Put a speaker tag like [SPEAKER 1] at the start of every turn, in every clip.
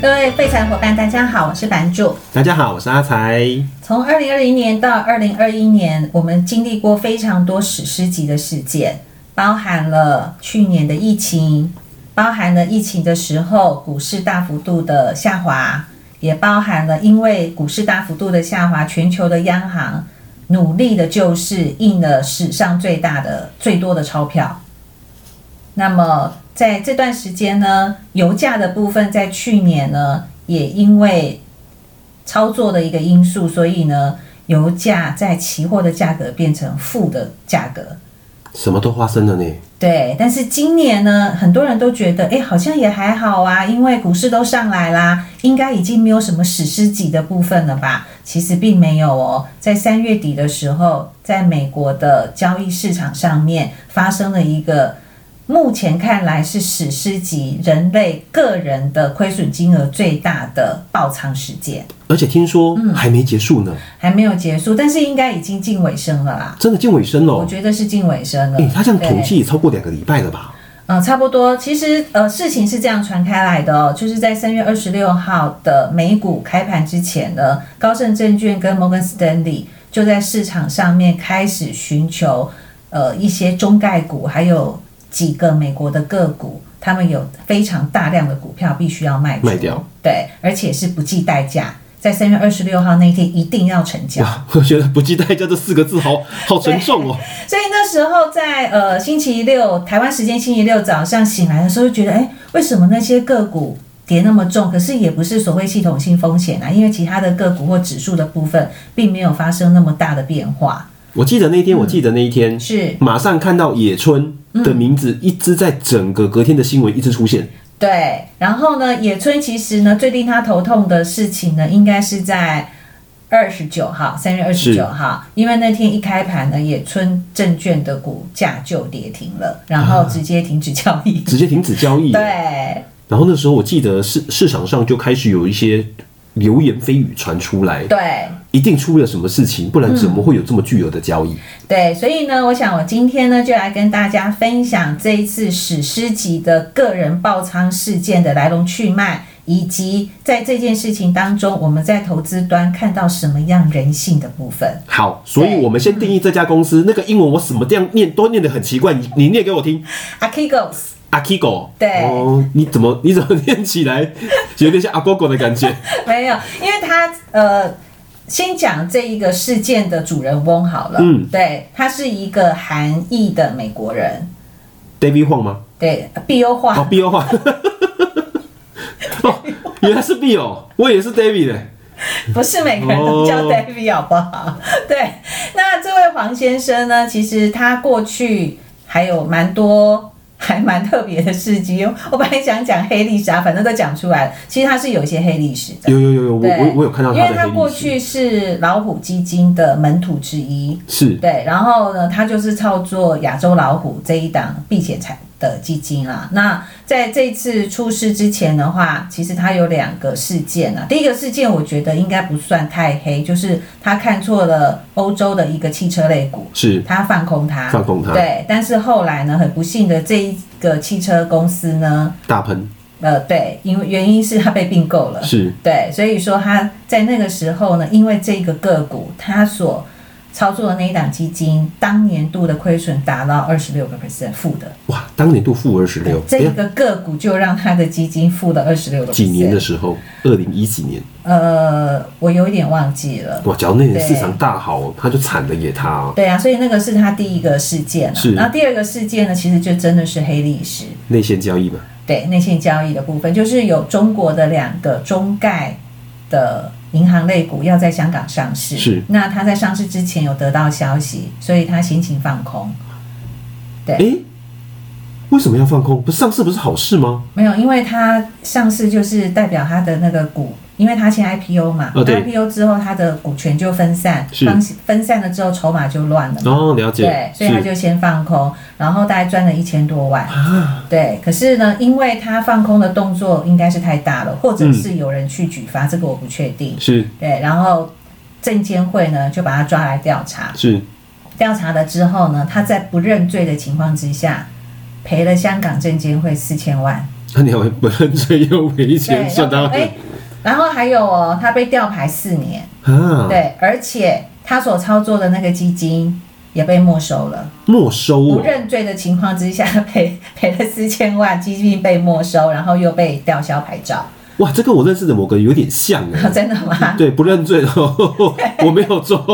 [SPEAKER 1] 各位废柴伙伴，大家好，我是版主。
[SPEAKER 2] 大家好，我是阿才。
[SPEAKER 1] 从二零二零年到二零二一年，我们经历过非常多史诗级的事件，包含了去年的疫情，包含了疫情的时候股市大幅度的下滑，也包含了因为股市大幅度的下滑，全球的央行努力的救市，印了史上最大的、最多的钞票。那么在这段时间呢，油价的部分在去年呢，也因为操作的一个因素，所以呢，油价在期货的价格变成负的价格。
[SPEAKER 2] 什么都发生了呢？
[SPEAKER 1] 对，但是今年呢，很多人都觉得，哎，好像也还好啊，因为股市都上来啦，应该已经没有什么史诗级的部分了吧？其实并没有哦，在三月底的时候，在美国的交易市场上面发生了一个目前看来是史诗级人类个人的亏损金额最大的爆仓事件，
[SPEAKER 2] 而且听说还没结束呢，
[SPEAKER 1] 还没有结束，但是应该已经近尾声了啦。
[SPEAKER 2] 真的近尾声
[SPEAKER 1] 我
[SPEAKER 2] 喽。
[SPEAKER 1] 觉得是近尾声了。
[SPEAKER 2] 诶，他这样统
[SPEAKER 1] 对
[SPEAKER 2] 计也超过两个礼拜了吧？
[SPEAKER 1] 呃，差不多。其实呃，事情是这样传开来的哦，就是在三月二十六号的美股开盘之前呢，高盛证券跟摩根斯丹利就在市场上面开始寻求呃一些中概股，还有几个美国的个股，他们有非常大量的股票必须要卖出
[SPEAKER 2] 卖掉，
[SPEAKER 1] 对，而且是不计代价，在三月二十六号那一天一定要成交。
[SPEAKER 2] 哇， 我觉得“不计代价”这四个字好好沉重哦。
[SPEAKER 1] 所以那时候在呃星期六台湾时间星期六早上醒来的时候，就觉得哎，为什么那些个股跌那么重？可是也不是所谓系统性风险啊，因为其他的个股或指数的部分并没有发生那么大的变化。
[SPEAKER 2] 我记得那一天，我记得那一天，
[SPEAKER 1] 是
[SPEAKER 2] 马上看到野村的名字一直在整个隔天的新闻一直出现。
[SPEAKER 1] 对，然后呢，野村其实呢，最令他头痛的事情呢，应该是在二十九号，三月二十
[SPEAKER 2] 是
[SPEAKER 1] 九号，因为那天一开盘呢，野村证券的股价就跌停了，然后直接停止交易。
[SPEAKER 2] 直接停止交易，
[SPEAKER 1] 对，
[SPEAKER 2] 然后那时候我记得市市场上就开始有一些流言蜚语传出来，
[SPEAKER 1] 对。
[SPEAKER 2] 一定出了什么事情，不然怎么会有这么巨额的交易？
[SPEAKER 1] 对，所以呢，我想我今天呢就来跟大家分享这一次史诗级的个人爆仓事件的来龙去脉，以及在这件事情当中，我们在投资端看到什么样人性的部分。
[SPEAKER 2] 好，所以
[SPEAKER 1] 对嗯
[SPEAKER 2] 我们先定义这家公司。那个英文我怎么这样念都念得很奇怪，你你念给我听
[SPEAKER 1] a k i g o s
[SPEAKER 2] a k i g o
[SPEAKER 1] 对
[SPEAKER 2] 哦，你怎么你怎么念起来 有点像阿狗狗的感 觉？
[SPEAKER 1] 没有，因为他呃，先讲这一个事件的主人翁好了，
[SPEAKER 2] 嗯，
[SPEAKER 1] 对，他是一个韩裔的美国人，
[SPEAKER 2] David Huang 吗？
[SPEAKER 1] 对，必优化，
[SPEAKER 2] 哦，B O 话。 哦，原来是 B 哦，我也是 David 的。
[SPEAKER 1] 不是每个人都叫 David 好不
[SPEAKER 2] 哦
[SPEAKER 1] 好？对，那这位黄先生呢，其实他过去还有蛮多。还蛮特别的事迹，哦 我本来想讲黑历史啊，反正都讲出来了。其实他是有一些黑历史的，
[SPEAKER 2] 有有有有，我
[SPEAKER 1] 对
[SPEAKER 2] 我我有看到
[SPEAKER 1] 因
[SPEAKER 2] 他
[SPEAKER 1] 为他
[SPEAKER 2] 的黑
[SPEAKER 1] 过
[SPEAKER 2] 历史。
[SPEAKER 1] 去是老虎基金的门徒之一，
[SPEAKER 2] 是
[SPEAKER 1] 对，然后呢，他就是操作亚洲老虎这一档避险产的基金啦。那在这次出事之前的话，其实他有两个事件啊。第一个事件我觉得应该不算太黑，就是他看错了欧洲的一个汽车类股，
[SPEAKER 2] 是
[SPEAKER 1] 他放空它，
[SPEAKER 2] 放空它
[SPEAKER 1] 对，但是后来呢，很不幸的这一个汽车公司呢，
[SPEAKER 2] 大喷
[SPEAKER 1] 呃，对，因为原因是它被并购了，
[SPEAKER 2] 是
[SPEAKER 1] 对，所以说他在那个时候呢，因为这个个股他所操作的那一档基金，当年度的亏损达到二十六个 percent 负的，
[SPEAKER 2] 哇，当年度负二十六，
[SPEAKER 1] 这
[SPEAKER 2] 等一
[SPEAKER 1] 一
[SPEAKER 2] 下
[SPEAKER 1] 个个股就让他的基金负了二十六个
[SPEAKER 2] 几年的时候，二零一几年，
[SPEAKER 1] 呃，我有一点忘记了。
[SPEAKER 2] 哇，只要那年
[SPEAKER 1] 对
[SPEAKER 2] 市场大好，他就惨了耶，他哦
[SPEAKER 1] 对啊，所以那个是他第一个事件、啊
[SPEAKER 2] 是，
[SPEAKER 1] 然后第二个事件呢，其实就真的是黑历史。
[SPEAKER 2] 内线交易嘛。
[SPEAKER 1] 对内线交易的部分，就是有中国的两个中概的银行类股要在香港上市。
[SPEAKER 2] 是
[SPEAKER 1] 那它在上市之前有得到消息，所以它心情放空。
[SPEAKER 2] 诶，哎为什么要放空？不是上市不是好事吗？
[SPEAKER 1] 没有，因为它上市就是代表它的那个股，因为它先 IPO 嘛、
[SPEAKER 2] 哦对
[SPEAKER 1] i p o 之后它的股权就分散，
[SPEAKER 2] 是
[SPEAKER 1] 分分散了之后筹码就乱了嘛。
[SPEAKER 2] 哦，了解，
[SPEAKER 1] 对，所以他
[SPEAKER 2] 是
[SPEAKER 1] 就先放空，然后大概赚了一千多万。
[SPEAKER 2] 啊，
[SPEAKER 1] 对，可是呢，因为他放空的动作应该是太大了，或
[SPEAKER 2] 嗯
[SPEAKER 1] 者是有人去举发，这个我不确定。
[SPEAKER 2] 是
[SPEAKER 1] 对，然后证监会呢就把他抓来调查，
[SPEAKER 2] 是
[SPEAKER 1] 调查了之后呢，他在不认罪的情况之下，赔了香港证监会四千万。
[SPEAKER 2] 那你还本身罪又赔钱，算他
[SPEAKER 1] 哎，然后还有哦，他被吊牌四年，
[SPEAKER 2] 啊，
[SPEAKER 1] 对，而且他所操作的那个基金也被没收了。
[SPEAKER 2] 没收
[SPEAKER 1] 不
[SPEAKER 2] 哦，
[SPEAKER 1] 认罪的情况之下，赔赔了四千万，基金被没收，然后又被吊销牌照，
[SPEAKER 2] 哇，这跟我认识的某个有点像哎、
[SPEAKER 1] 真的吗？
[SPEAKER 2] 对，不认罪 哦，我没有做，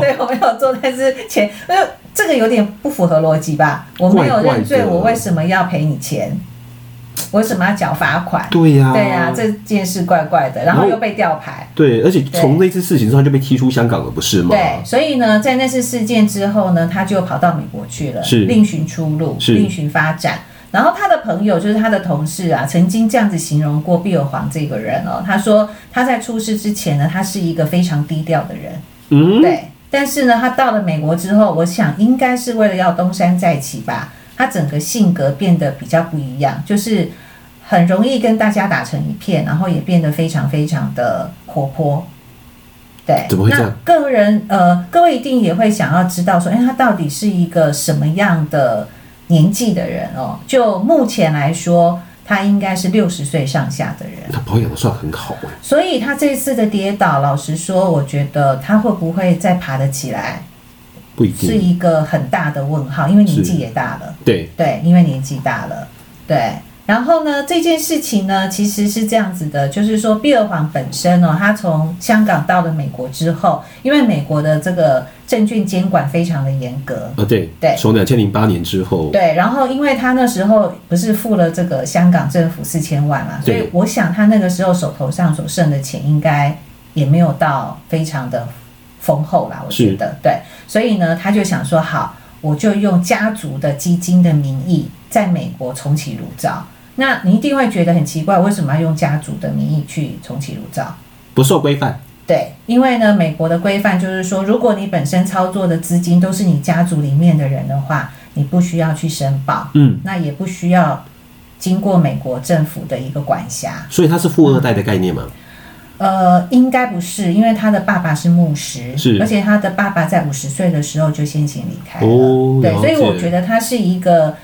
[SPEAKER 1] 对，我没有做，但是钱，呃，这个有点不符合逻辑吧？我没有认罪，
[SPEAKER 2] 怪怪的
[SPEAKER 1] 我为什么要赔你钱？我为什么要缴罚款？
[SPEAKER 2] 对啊呀、
[SPEAKER 1] 对呀、这件事怪怪的，然后
[SPEAKER 2] 然后
[SPEAKER 1] 又被吊牌。
[SPEAKER 2] 对，而且从那次事情之后他就被踢出香港了，不是吗？
[SPEAKER 1] 对，所以呢，在那次事件之后呢，他就跑到美国去了，
[SPEAKER 2] 是
[SPEAKER 1] 另寻出路，
[SPEAKER 2] 是
[SPEAKER 1] 另寻发展。然后他的朋友就是他的同事啊，曾经这样子形容过毕尔黄这个人哦，他说他在出事之前呢，他是一个非常低调的人，
[SPEAKER 2] 嗯，
[SPEAKER 1] 对。但是呢，他到了美国之后，我想应该是为了要东山再起吧，他整个性格变得比较不一样，就是很容易跟大家打成一片，然后也变得非常非常的活泼。对，
[SPEAKER 2] 怎么会这样
[SPEAKER 1] 那个人呃，各位一定也会想要知道说，哎，他到底是一个什么样的年纪的人哦？就目前来说，他应该是六十岁上下的人。
[SPEAKER 2] 他保养的算很好哎、
[SPEAKER 1] 所以他这次的跌倒，老实说，我觉得他会不会再爬得起来，
[SPEAKER 2] 不一
[SPEAKER 1] 是
[SPEAKER 2] 定，
[SPEAKER 1] 一个很大的问号，因为年纪
[SPEAKER 2] 是
[SPEAKER 1] 也大了。
[SPEAKER 2] 对，
[SPEAKER 1] 对，因为年纪大了，对。然后呢，这件事情呢，其实是这样子的，就是说，毕尔黄本身哦，他从香港到了美国之后，因为美国的这个证券监管非常的严格，
[SPEAKER 2] 啊对，
[SPEAKER 1] 对
[SPEAKER 2] 从两千零八年之后，
[SPEAKER 1] 对。然后，因为他那时候不是付了这个香港政府四千万嘛，所以
[SPEAKER 2] 对
[SPEAKER 1] 我想他那个时候手头上所剩的钱应该也没有到非常的丰厚啦，我觉
[SPEAKER 2] 是
[SPEAKER 1] 得对。所以呢，他就想说，好，我就用家族的基金的名义，在美国重启炉灶。那你一定会觉得很奇怪，为什么要用家族的名义去重启炉灶？
[SPEAKER 2] 不受规范，
[SPEAKER 1] 对，因为呢，美国的规范就是说，如果你本身操作的资金都是你家族里面的人的话，你不需要去申报，
[SPEAKER 2] 嗯，
[SPEAKER 1] 那也不需要经过美国政府的一个管辖。
[SPEAKER 2] 所以他是富二代的概念嘛，
[SPEAKER 1] 呃，应该不是，因为他的爸爸是牧师，
[SPEAKER 2] 是
[SPEAKER 1] 而且他的爸爸在五十岁的时候就先行离开了，
[SPEAKER 2] 哦
[SPEAKER 1] 对，
[SPEAKER 2] 了
[SPEAKER 1] 所以我
[SPEAKER 2] 解
[SPEAKER 1] 觉得他是一个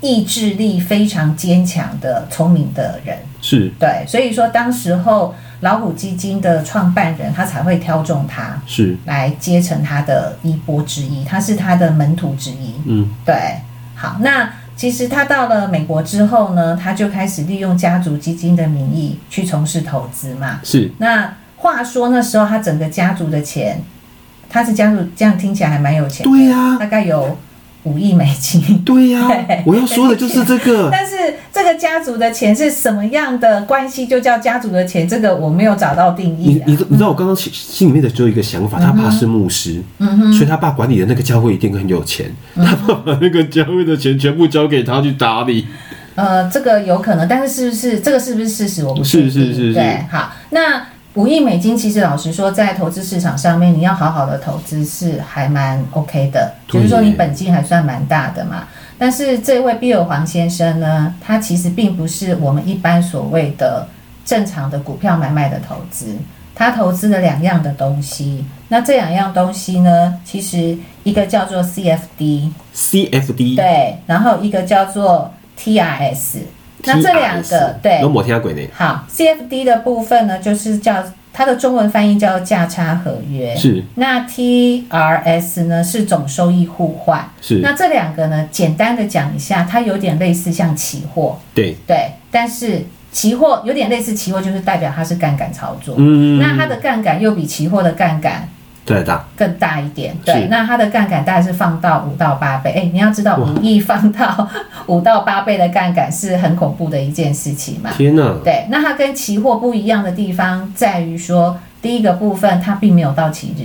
[SPEAKER 1] 意志力非常坚强的聪明的人，
[SPEAKER 2] 是
[SPEAKER 1] 对，所以说当时候老虎基金的创办人他才会挑中他
[SPEAKER 2] 是，
[SPEAKER 1] 来接成他的衣钵之一，他是他的门徒之一，
[SPEAKER 2] 嗯，
[SPEAKER 1] 对，好，那其实他到了美国之后呢，他就开始利用家族基金的名义去从事投资嘛。
[SPEAKER 2] 是
[SPEAKER 1] 那话说那时候他整个家族的钱，他是家族这样听起来还蛮有钱的，
[SPEAKER 2] 对啊呀
[SPEAKER 1] 大概有五亿美金。
[SPEAKER 2] 对呀、我要说的就是这 个，
[SPEAKER 1] 但是这个家族的钱是什么样的关系，就叫家族的钱，这个我没有找到定义、
[SPEAKER 2] 你
[SPEAKER 1] 啊。
[SPEAKER 2] 你你知道我刚刚心心里面的只有一个想
[SPEAKER 1] 嗯
[SPEAKER 2] 法，他爸是牧师，所以他爸管理的那个教会一定很有钱，
[SPEAKER 1] 嗯
[SPEAKER 2] 他爸把那个教会的钱全部交给他去打理，
[SPEAKER 1] 呃，这个有可能，但是是不是这个是不是事实？我不确定
[SPEAKER 2] 是是是是
[SPEAKER 1] 对，好，那五亿美金，其实老实说，在投资市场上面，你要好好的投资是还蛮 OK 的，就
[SPEAKER 2] 对
[SPEAKER 1] 是说你本金还算蛮大的嘛。但是这位比尔黄先生呢，他其实并不是我们一般所谓的正常的股票买卖的投资，他投资了两样的东西。那这两样东西呢，其实一个叫做 CFD，
[SPEAKER 2] CFD，
[SPEAKER 1] 对，然后一个叫做 TRS。那这两个
[SPEAKER 2] TRS
[SPEAKER 1] 对
[SPEAKER 2] 都，没听过呢，
[SPEAKER 1] 好 CFD 的部分呢，就是叫它的中文翻译叫价差合约。
[SPEAKER 2] 是
[SPEAKER 1] 那 TRS 呢是总收益互换。
[SPEAKER 2] 是，
[SPEAKER 1] 那这两个呢，简单的讲一下，它有点类似像期货，
[SPEAKER 2] 对，
[SPEAKER 1] 对，但是期货有点类似期货，就是代表它是杠杆操作。
[SPEAKER 2] 嗯，
[SPEAKER 1] 那它的杠杆又比期货的杠杆
[SPEAKER 2] 再来打，
[SPEAKER 1] 更大一点，
[SPEAKER 2] 是
[SPEAKER 1] 对，那它的杠杆大概是放到五到八倍。哎，你要知道，
[SPEAKER 2] 哇
[SPEAKER 1] 五亿放到 五到八倍的杠杆是很恐怖的一件事情嘛。
[SPEAKER 2] 天哪、
[SPEAKER 1] 啊对，那它跟期货不一样的地方在于说，第一个部分它并没有到期日，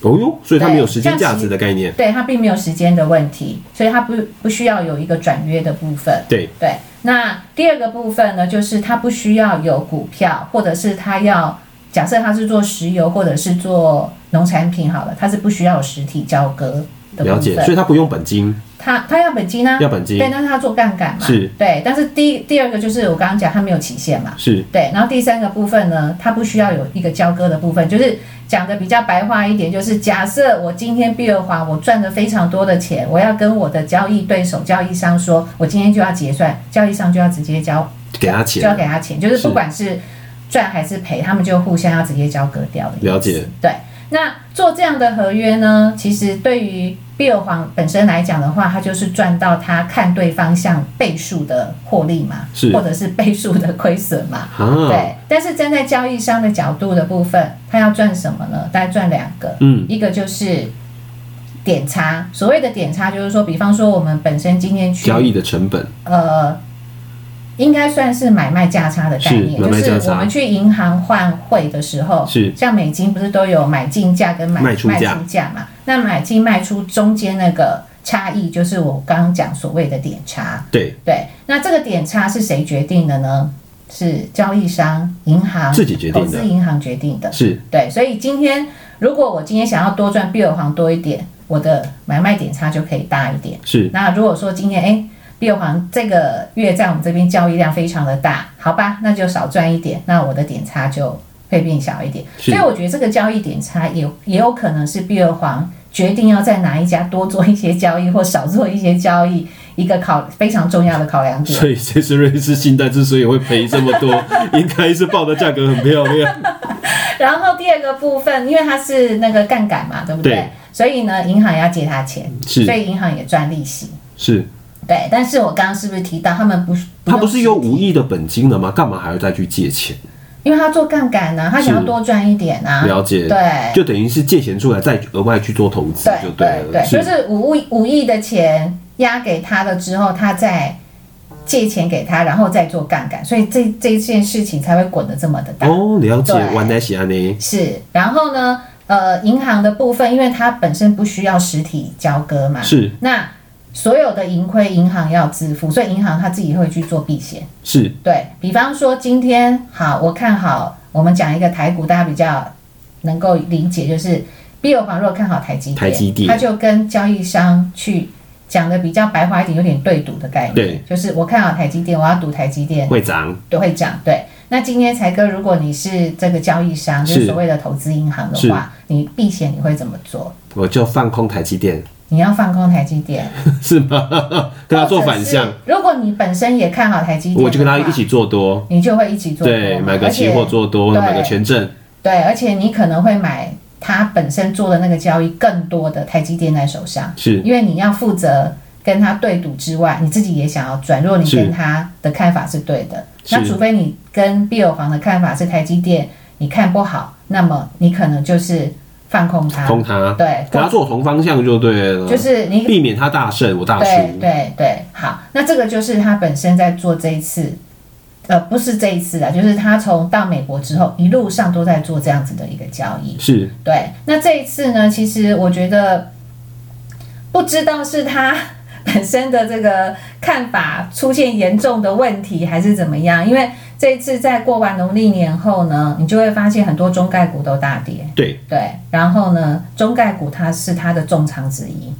[SPEAKER 2] 哦哟，所以他
[SPEAKER 1] 对
[SPEAKER 2] 没有时间
[SPEAKER 1] 这样
[SPEAKER 2] 价值的概念，
[SPEAKER 1] 对，它并没有时间的问题，所以它不不需要有一个转约的部分。
[SPEAKER 2] 对，
[SPEAKER 1] 对，那第二个部分呢，就是它不需要有股票，或者是它要假设它是做石油或者是做农产品好了，它是不需要有实体交割的
[SPEAKER 2] 了
[SPEAKER 1] 部
[SPEAKER 2] 解，所以
[SPEAKER 1] 分。
[SPEAKER 2] 他不用本金，
[SPEAKER 1] 它它要本金呢、
[SPEAKER 2] 要本金
[SPEAKER 1] 对，但是它做杠杆嘛，
[SPEAKER 2] 是
[SPEAKER 1] 对。但是第第二个就是我刚刚讲，它没有期限嘛，
[SPEAKER 2] 是
[SPEAKER 1] 对。然后第三个部分呢，它不需要有一个交割的部分，就是讲的比较白话一点，就是假设我今天碧尔华我赚了非常多的钱，我要跟我的交易对手、交易商说，我今天就要结算，交易商就要直接交
[SPEAKER 2] 给
[SPEAKER 1] 就
[SPEAKER 2] 他
[SPEAKER 1] 要
[SPEAKER 2] 钱，
[SPEAKER 1] 给他钱，就是
[SPEAKER 2] 是
[SPEAKER 1] 不管是赚还是赔，他们就互相要直接交割掉的意思。
[SPEAKER 2] 了解
[SPEAKER 1] 对，那做这样的合约呢，其实对于比尔黄本身来讲的话，他就是赚到他看对方向倍数的获利嘛，
[SPEAKER 2] 是
[SPEAKER 1] 或者是倍数的亏损嘛。
[SPEAKER 2] 啊，
[SPEAKER 1] 对，但是站在交易商的角度的部分，他要赚什么呢？大概赚两个，
[SPEAKER 2] 嗯，
[SPEAKER 1] 一个就是点差。所谓的点差，就是说，比方说我们本身今天去
[SPEAKER 2] 交易的成本
[SPEAKER 1] 呃，应该算是买卖价差的概念，
[SPEAKER 2] 是买卖价差
[SPEAKER 1] 就是我们去银行换汇的时候，
[SPEAKER 2] 是
[SPEAKER 1] 像美金不是都有买进价跟买
[SPEAKER 2] 卖出价
[SPEAKER 1] 嘛？那买进卖出中间那个差异，就是我刚刚讲所谓的点差。
[SPEAKER 2] 对
[SPEAKER 1] 对，那这个点差是谁决定的呢？是交易商、银行
[SPEAKER 2] 自己决定的
[SPEAKER 1] 投资银行决定的。
[SPEAKER 2] 是
[SPEAKER 1] 对，所以今天如果我今天想要多赚碧尔黄多一点，我的买卖点差就可以大一点。
[SPEAKER 2] 是
[SPEAKER 1] 那如果说今天哎，碧尔黄这个月在我们这边交易量非常的大，好吧，那就少赚一点，那我的点差就会变小一点。
[SPEAKER 2] 是
[SPEAKER 1] 所以我觉得这个交易点差也也有可能是碧尔黄决定要在哪一家多做一些交易或少做一些交易一个考非常重要的考量点。
[SPEAKER 2] 所以 这次瑞士信贷之所以会赔这么多，应该是报的价格很漂亮。
[SPEAKER 1] 然后第二个部分，因为它是那个杠杆嘛，对不对？
[SPEAKER 2] 对
[SPEAKER 1] 所以呢，银行也要借他钱，
[SPEAKER 2] 是
[SPEAKER 1] 所以银行也赚利息。
[SPEAKER 2] 是，
[SPEAKER 1] 对，但是我刚刚是不是提到他们不是
[SPEAKER 2] 他不
[SPEAKER 1] 用
[SPEAKER 2] 是
[SPEAKER 1] 实
[SPEAKER 2] 有
[SPEAKER 1] 体
[SPEAKER 2] 五亿的本金了吗？干嘛还要再去借钱？
[SPEAKER 1] 因为他做杠杆啊呢，他想要多赚一点啊。
[SPEAKER 2] 了解，
[SPEAKER 1] 对
[SPEAKER 2] 就等于是借钱出来再额外去做投资
[SPEAKER 1] 对
[SPEAKER 2] 就
[SPEAKER 1] 对
[SPEAKER 2] 对了。
[SPEAKER 1] 对，就是是五亿五亿的钱押给他了之后，他再借钱给他，然后再做杠杆，所以这这件事情才会滚得这么的大。
[SPEAKER 2] 哦，了解，
[SPEAKER 1] 对
[SPEAKER 2] 玩得喜安呢？
[SPEAKER 1] 是，然后呢，呃，银行的部分，因为它本身不需要实体交割嘛，
[SPEAKER 2] 是
[SPEAKER 1] 那所有的盈亏银行要支付，所以银行它自己会去做避险。
[SPEAKER 2] 是
[SPEAKER 1] 对比方说，今天好，我看好，我们讲一个台股，大家比较能够理解，就是比尔黄若看好台积电，
[SPEAKER 2] 台积电
[SPEAKER 1] 他就跟交易商去讲的比较白话一点，有点对赌的概念，
[SPEAKER 2] 对，
[SPEAKER 1] 就是我看好台积电，我要赌台积电
[SPEAKER 2] 会长，
[SPEAKER 1] 都会涨，对。那今天才哥，如果你是这个交易商，就是
[SPEAKER 2] 是
[SPEAKER 1] 所谓的投资银行的话，你避险你会怎么做？
[SPEAKER 2] 我就放空台积电，
[SPEAKER 1] 你要放空台积电，
[SPEAKER 2] 是吗？跟啊他做反向，
[SPEAKER 1] 或者是如果你本身也看好台积电的话，
[SPEAKER 2] 我就跟他一起做多，
[SPEAKER 1] 你就会一起做多嘛，
[SPEAKER 2] 对，买个
[SPEAKER 1] 而且
[SPEAKER 2] 期货做多，
[SPEAKER 1] 对
[SPEAKER 2] 买个权证，
[SPEAKER 1] 对，而且你可能会买他本身做的那个交易更多的台积电在手上，
[SPEAKER 2] 是
[SPEAKER 1] 因为你要负责跟他对赌之外，你自己也想要赚。如果你
[SPEAKER 2] 是
[SPEAKER 1] 跟他的看法是对的，
[SPEAKER 2] 是
[SPEAKER 1] 那除非你跟碧尔黄的看法是台积电你看不好，那么你可能就是放空它，
[SPEAKER 2] 空他，
[SPEAKER 1] 对，
[SPEAKER 2] 跟他做同方向就对了，
[SPEAKER 1] 啊就是你
[SPEAKER 2] 避免他大胜，我大
[SPEAKER 1] 对
[SPEAKER 2] 输，
[SPEAKER 1] 对对，好，那这个就是他本身在做这一次，呃，不是这一次啦，就是他从到美国之后一路上都在做这样子的一个交易。
[SPEAKER 2] 是
[SPEAKER 1] 对，那这一次呢，其实我觉得不知道是他 本身的这个看法出现严重的问题，还是怎么样？因为这一次在过完农历年后呢，你就会发现很多中概股都大跌。
[SPEAKER 2] 对。
[SPEAKER 1] 对，然后呢，中概股它是它的重仓之一，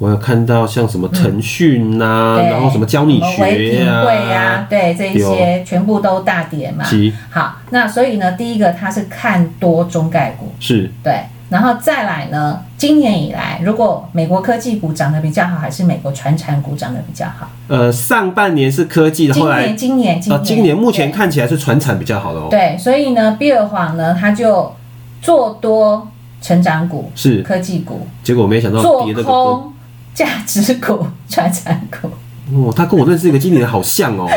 [SPEAKER 2] 我有看到像什么腾讯呐，
[SPEAKER 1] 嗯对
[SPEAKER 2] 啊然后什么教你
[SPEAKER 1] 什么唯
[SPEAKER 2] 学
[SPEAKER 1] 品
[SPEAKER 2] 呀、
[SPEAKER 1] 会啊，对，这一些全部都大跌嘛。
[SPEAKER 2] 及
[SPEAKER 1] 好，那所以呢，第一个它是看多中概股，
[SPEAKER 2] 是
[SPEAKER 1] 对，然后再来呢，今年以来，如果美国科技股涨得比较好，还是美国传产股涨得比较好？
[SPEAKER 2] 呃上半年是科技的，
[SPEAKER 1] 今
[SPEAKER 2] 后来
[SPEAKER 1] 年，今年，今
[SPEAKER 2] 啊
[SPEAKER 1] 年，
[SPEAKER 2] 今年目前看起来是船产比较好的哦，
[SPEAKER 1] 对对，所以呢，比尔黄呢，他就做多成长股、
[SPEAKER 2] 是
[SPEAKER 1] 科技股，
[SPEAKER 2] 结果没想到
[SPEAKER 1] 做
[SPEAKER 2] 跌那个多，
[SPEAKER 1] 空价值股、 传产股。
[SPEAKER 2] 哦，他跟我认识一个经理人好像 哦，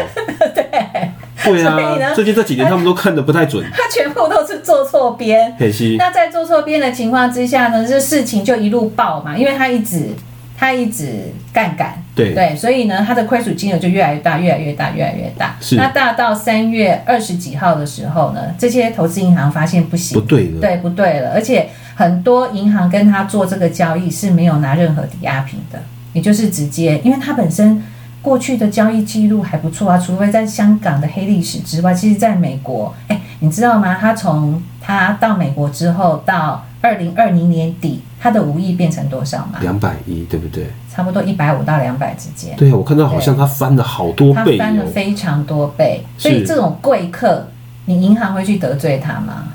[SPEAKER 2] 对，对
[SPEAKER 1] 所以呢
[SPEAKER 2] 啊，最近这几年他们都看的不 太准，
[SPEAKER 1] 他全部都是做错边。
[SPEAKER 2] 可惜
[SPEAKER 1] 那在做错边的情况之下呢，这事情就一路爆嘛，因为他一直他一直杠杆，
[SPEAKER 2] 对
[SPEAKER 1] 对，所以呢，他的亏损金额就越来越大，越来越大，越来越大。
[SPEAKER 2] 是
[SPEAKER 1] 那大到三月二十几号的时候呢，这些投资银行发现不
[SPEAKER 2] 不
[SPEAKER 1] 行，
[SPEAKER 2] 对了，
[SPEAKER 1] 对，不对了，而且很多银行跟他做这个交易是没有拿任何抵押品的，也就是直接，因为他本身。过去的交易记录还不错啊，除非在香港的黑历史之外，其实在美国，哎、你知道吗？他从他到美国之后，到二零二零年底，他的五亿变成多少嘛？
[SPEAKER 2] 两百一对不对？
[SPEAKER 1] 差不多一百五到两百之间，
[SPEAKER 2] 对啊，我看到好像他翻了好多
[SPEAKER 1] 他
[SPEAKER 2] 倍
[SPEAKER 1] 翻了
[SPEAKER 2] 哦，
[SPEAKER 1] 非常多倍。所以
[SPEAKER 2] 是
[SPEAKER 1] 这种贵客，你银行会去得罪他吗？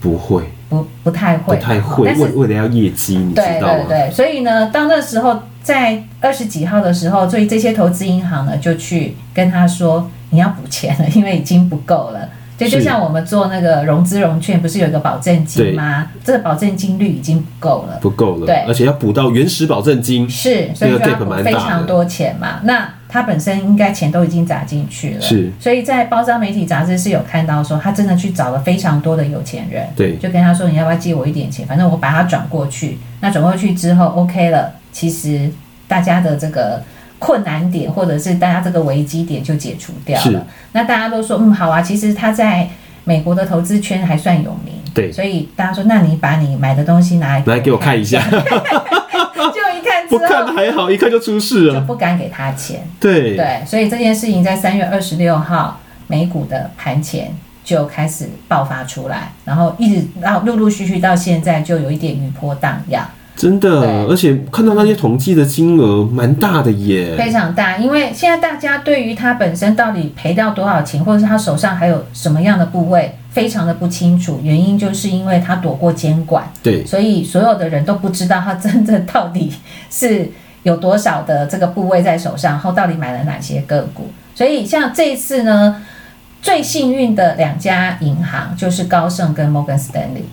[SPEAKER 2] 不会，
[SPEAKER 1] 不，不太
[SPEAKER 2] 不
[SPEAKER 1] 会，哦
[SPEAKER 2] 太会，
[SPEAKER 1] 但是
[SPEAKER 2] 为为了要业绩，你知
[SPEAKER 1] 对
[SPEAKER 2] 道
[SPEAKER 1] 对
[SPEAKER 2] 吗？
[SPEAKER 1] 对，所以呢，到那时候在二十几号的时候，所以这些投资银行呢就去跟他说：“你要补钱了，因为已经不够了。对，就是像我们做那个融资融券，不是有一个保证金吗？这个保证金率已经不够了，
[SPEAKER 2] 不够了，
[SPEAKER 1] 对
[SPEAKER 2] 而且要补到原始保证金，
[SPEAKER 1] 是，所以就
[SPEAKER 2] 这个
[SPEAKER 1] 要
[SPEAKER 2] gap
[SPEAKER 1] 补
[SPEAKER 2] 蛮大
[SPEAKER 1] 非
[SPEAKER 2] 的
[SPEAKER 1] 常多钱嘛。那他本身应该钱都已经砸进去了，
[SPEAKER 2] 是。
[SPEAKER 1] 所以在包装媒体杂志是有看到说，他真的去找了非常多的有钱人，
[SPEAKER 2] 对，
[SPEAKER 1] 就跟他说你要不要借我一点钱，反正我把它转过去。那转过去之后 OK 了，其实大家的这个困难点或者是大家这个危机点就解除掉
[SPEAKER 2] 是
[SPEAKER 1] 了。那大家都说嗯好啊，其实他在美国的投资圈还算有名，
[SPEAKER 2] 对
[SPEAKER 1] 所以大家说那你把你买的东西拿来
[SPEAKER 2] 来给我看一 下，
[SPEAKER 1] 啊就一看之
[SPEAKER 2] 不看
[SPEAKER 1] 后
[SPEAKER 2] 还好，一看就出事
[SPEAKER 1] 就
[SPEAKER 2] 了，
[SPEAKER 1] 不敢给他钱。
[SPEAKER 2] 对，
[SPEAKER 1] 对，所以这件事情在三月二十六号美股的盘前就开始爆发出来，然后一直到陆陆续续到现在就有一点余波荡漾，
[SPEAKER 2] 真的，
[SPEAKER 1] 对
[SPEAKER 2] 而且看到那些统计的金额蛮大的
[SPEAKER 1] 非
[SPEAKER 2] 耶，
[SPEAKER 1] 常大。因为现在大家对于它本身到底赔掉多少钱，或者是他手上还有什么样的部位，非常的不清楚。原因就是因为他躲过监管，
[SPEAKER 2] 对，
[SPEAKER 1] 所以所有的人都不知道他真正到底是有多少的这个部位在手上，然后到底买了哪些个股。所以像这一次呢，最幸运的两家银行就是高盛跟摩根斯丹利，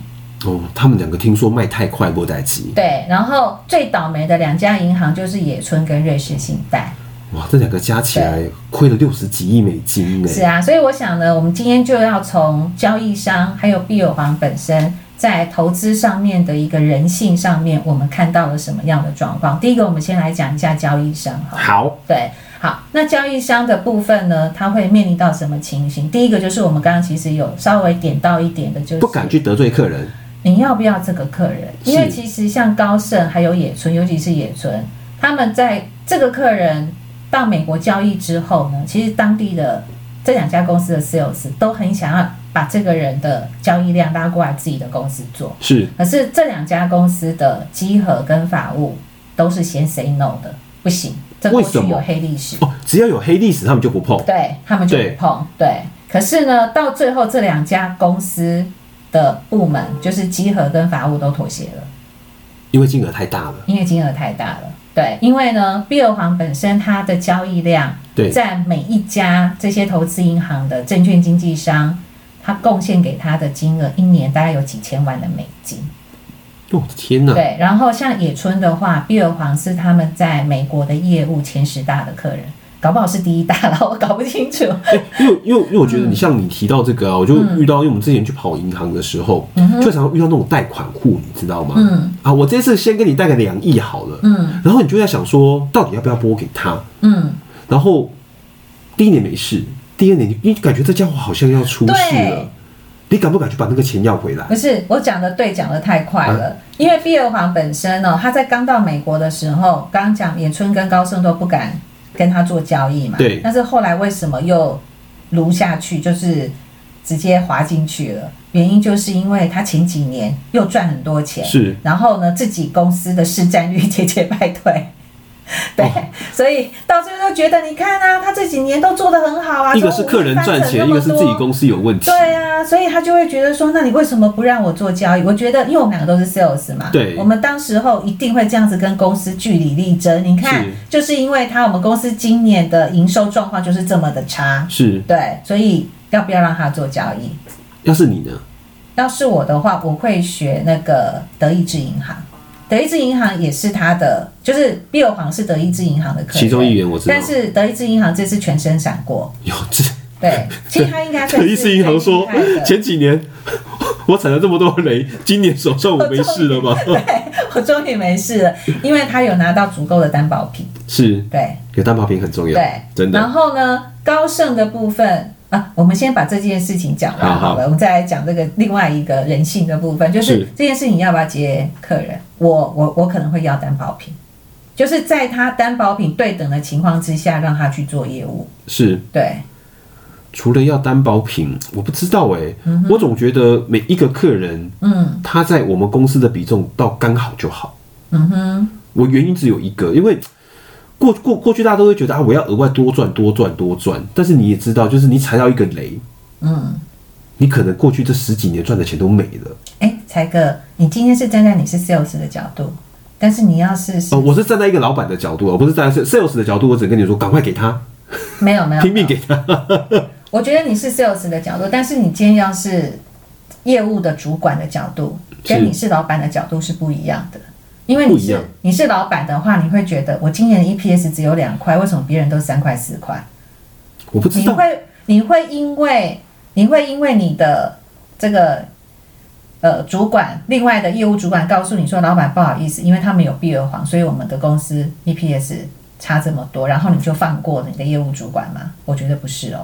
[SPEAKER 2] 哦，他们两个听说卖太快，波代基，
[SPEAKER 1] 对，然后最倒霉的两家银行就是野村跟瑞士信贷。
[SPEAKER 2] 哇，这两个加起来亏了六十几亿美金呢，
[SPEAKER 1] 是啊，所以我想呢，我们今天就要从交易商还有碧友行本身在投资上面的一个人性上面，我们看到了什么样的状况。第一个，我们先来讲一下交易商哈。
[SPEAKER 2] 好，
[SPEAKER 1] 对，好，那交易商的部分呢，它会面临到什么情形？第一个就是我们刚刚其实有稍微点到一点的，就是
[SPEAKER 2] 不敢去得罪客人，
[SPEAKER 1] 你要不要这个客人？
[SPEAKER 2] 是
[SPEAKER 1] 因为其实像高盛还有野村，尤其是野村，他们在这个客人到美国交易之后呢，其实当地的这两家公司的 sales 都很想要把这个人的交易量拉过来自己的公司做，
[SPEAKER 2] 是
[SPEAKER 1] 可是这两家公司的集合跟法务都是先 say no 的，不行，这过
[SPEAKER 2] 为什
[SPEAKER 1] 去
[SPEAKER 2] 么
[SPEAKER 1] 有黑历史。
[SPEAKER 2] 哦，只要有黑历史，他们就不碰，
[SPEAKER 1] 对他们就不碰。对，可是呢，到最后这两家公司的部门，就是集合跟法务都妥协了，
[SPEAKER 2] 因为金额太大了，
[SPEAKER 1] 因为金额太大了。对，因为呢，碧尔黄本身它的交易量
[SPEAKER 2] 对，
[SPEAKER 1] 占每一家这些投资银行的证券经纪商，它贡献给它的金额一年大概有几千万的美金。
[SPEAKER 2] 哦，我的天哪，
[SPEAKER 1] 对，然后像野村的话，碧尔黄是他们在美国的业务前十大的客人，搞不好是第一大了，我搞不清楚。
[SPEAKER 2] 因为因为因为我觉得你
[SPEAKER 1] 嗯
[SPEAKER 2] 像你提到这个啊，我就遇到，因为我们之前去跑银行的时候，就常常遇到那种贷款户，你知道吗？
[SPEAKER 1] 嗯
[SPEAKER 2] 啊，我这次先跟你贷个两亿好了，
[SPEAKER 1] 嗯
[SPEAKER 2] 然后你就在想说，到底要不要拨给他？
[SPEAKER 1] 嗯。
[SPEAKER 2] 然后第一年没事，第二年你你感觉这家伙好像要出事
[SPEAKER 1] 对
[SPEAKER 2] 了，你敢不敢去把那个钱要回来
[SPEAKER 1] 不？是，我讲的对，讲的太快了。
[SPEAKER 2] 啊
[SPEAKER 1] 因为碧尔黄本身哦，他在刚到美国的时候，刚讲野村跟高盛都不敢跟他做交易嘛。
[SPEAKER 2] 对
[SPEAKER 1] 但是后来为什么又撸下去，就是直接滑进去了？原因就是因为他前几年又赚很多钱，
[SPEAKER 2] 是
[SPEAKER 1] 然后呢，自己公司的市占率节节败 退。对，
[SPEAKER 2] 哦
[SPEAKER 1] 所以到最后就觉得，你看啊，他这几年都做得很好啊，
[SPEAKER 2] 一个是
[SPEAKER 1] 从五
[SPEAKER 2] 客人
[SPEAKER 1] 翻
[SPEAKER 2] 赚
[SPEAKER 1] 成
[SPEAKER 2] 钱，
[SPEAKER 1] 那
[SPEAKER 2] 一
[SPEAKER 1] 么
[SPEAKER 2] 个是自己
[SPEAKER 1] 多
[SPEAKER 2] 公司有问题。
[SPEAKER 1] 对啊，所以他就会觉得说，那你为什么不让我做交易？我觉得，因为我们两个都是 sales 嘛，
[SPEAKER 2] 对
[SPEAKER 1] 我们当时候一定会这样子跟公司据理力争。你看
[SPEAKER 2] 是，
[SPEAKER 1] 就是因为他我们公司今年的营收状况就是这么的差，
[SPEAKER 2] 是，
[SPEAKER 1] 对，所以要不要让他做交易？
[SPEAKER 2] 要是你呢？
[SPEAKER 1] 要是我的话，我会学那个德意志银行。德意志银行也是他的，就是碧尔黄是德意志银行的客人，
[SPEAKER 2] 其中一员我知道
[SPEAKER 1] 但是德意志银行这次全身闪过，
[SPEAKER 2] 有这
[SPEAKER 1] 对，其实他应该算
[SPEAKER 2] 德
[SPEAKER 1] 是
[SPEAKER 2] 意志银行说
[SPEAKER 1] 最厉害的，
[SPEAKER 2] 前几年 我踩了这么多雷，今年手上我没事了吧？
[SPEAKER 1] 我终于没事了，因为他有拿到足够的担保品，
[SPEAKER 2] 是，
[SPEAKER 1] 对
[SPEAKER 2] 有担保品很重要，
[SPEAKER 1] 对，
[SPEAKER 2] 真的
[SPEAKER 1] 然后呢，高盛的部分啊，我们先把这件事情讲完
[SPEAKER 2] 好好
[SPEAKER 1] 好了，我们再来讲这个另外一个人性的部分，就是
[SPEAKER 2] 是
[SPEAKER 1] 这件事情要不要接客人，我我我可能会要担保品，就是在他担保品对等的情况之下，让他去做业务，
[SPEAKER 2] 是。
[SPEAKER 1] 对，
[SPEAKER 2] 除了要担保品，我不知道哎、我总觉得每一个客人，
[SPEAKER 1] 嗯
[SPEAKER 2] 他在我们公司的比重到刚好就好。
[SPEAKER 1] 嗯哼，
[SPEAKER 2] 我原因只有一个，因为过过过去大家都会觉得啊，我要额外多赚多赚多赚，但是你也知道，就是你踩到一个雷，
[SPEAKER 1] 嗯，
[SPEAKER 2] 你可能过去这十几年赚的钱都没了。
[SPEAKER 1] 哎，才哥，你今天是站在你是 sales 的角度，但是你要是
[SPEAKER 2] 哦哦，我是站在一个老板的角度，而不是站在 sales 的角度，我只能跟你说，赶快给他，
[SPEAKER 1] 没有没有，
[SPEAKER 2] 拼命给他。
[SPEAKER 1] 我觉得你是 sales 的角度，但是你今天要是业务的主管的角度，跟
[SPEAKER 2] 是
[SPEAKER 1] 你是老板的角度是不一样的。因为你
[SPEAKER 2] 不一
[SPEAKER 1] 是
[SPEAKER 2] 样
[SPEAKER 1] 你是老板的话，你会觉得我今年的 EPS 只有两块，为什么别人都三块四块？
[SPEAKER 2] 我不知
[SPEAKER 1] 你
[SPEAKER 2] 道，
[SPEAKER 1] 会你会因为你会因为你的这个呃主管，另外的业务主管告诉你说，老板不好意思，因为他们有避而黄，所以我们的公司 EPS 差这么多，然后你就放过了你的业务主管吗？我觉得不是哦。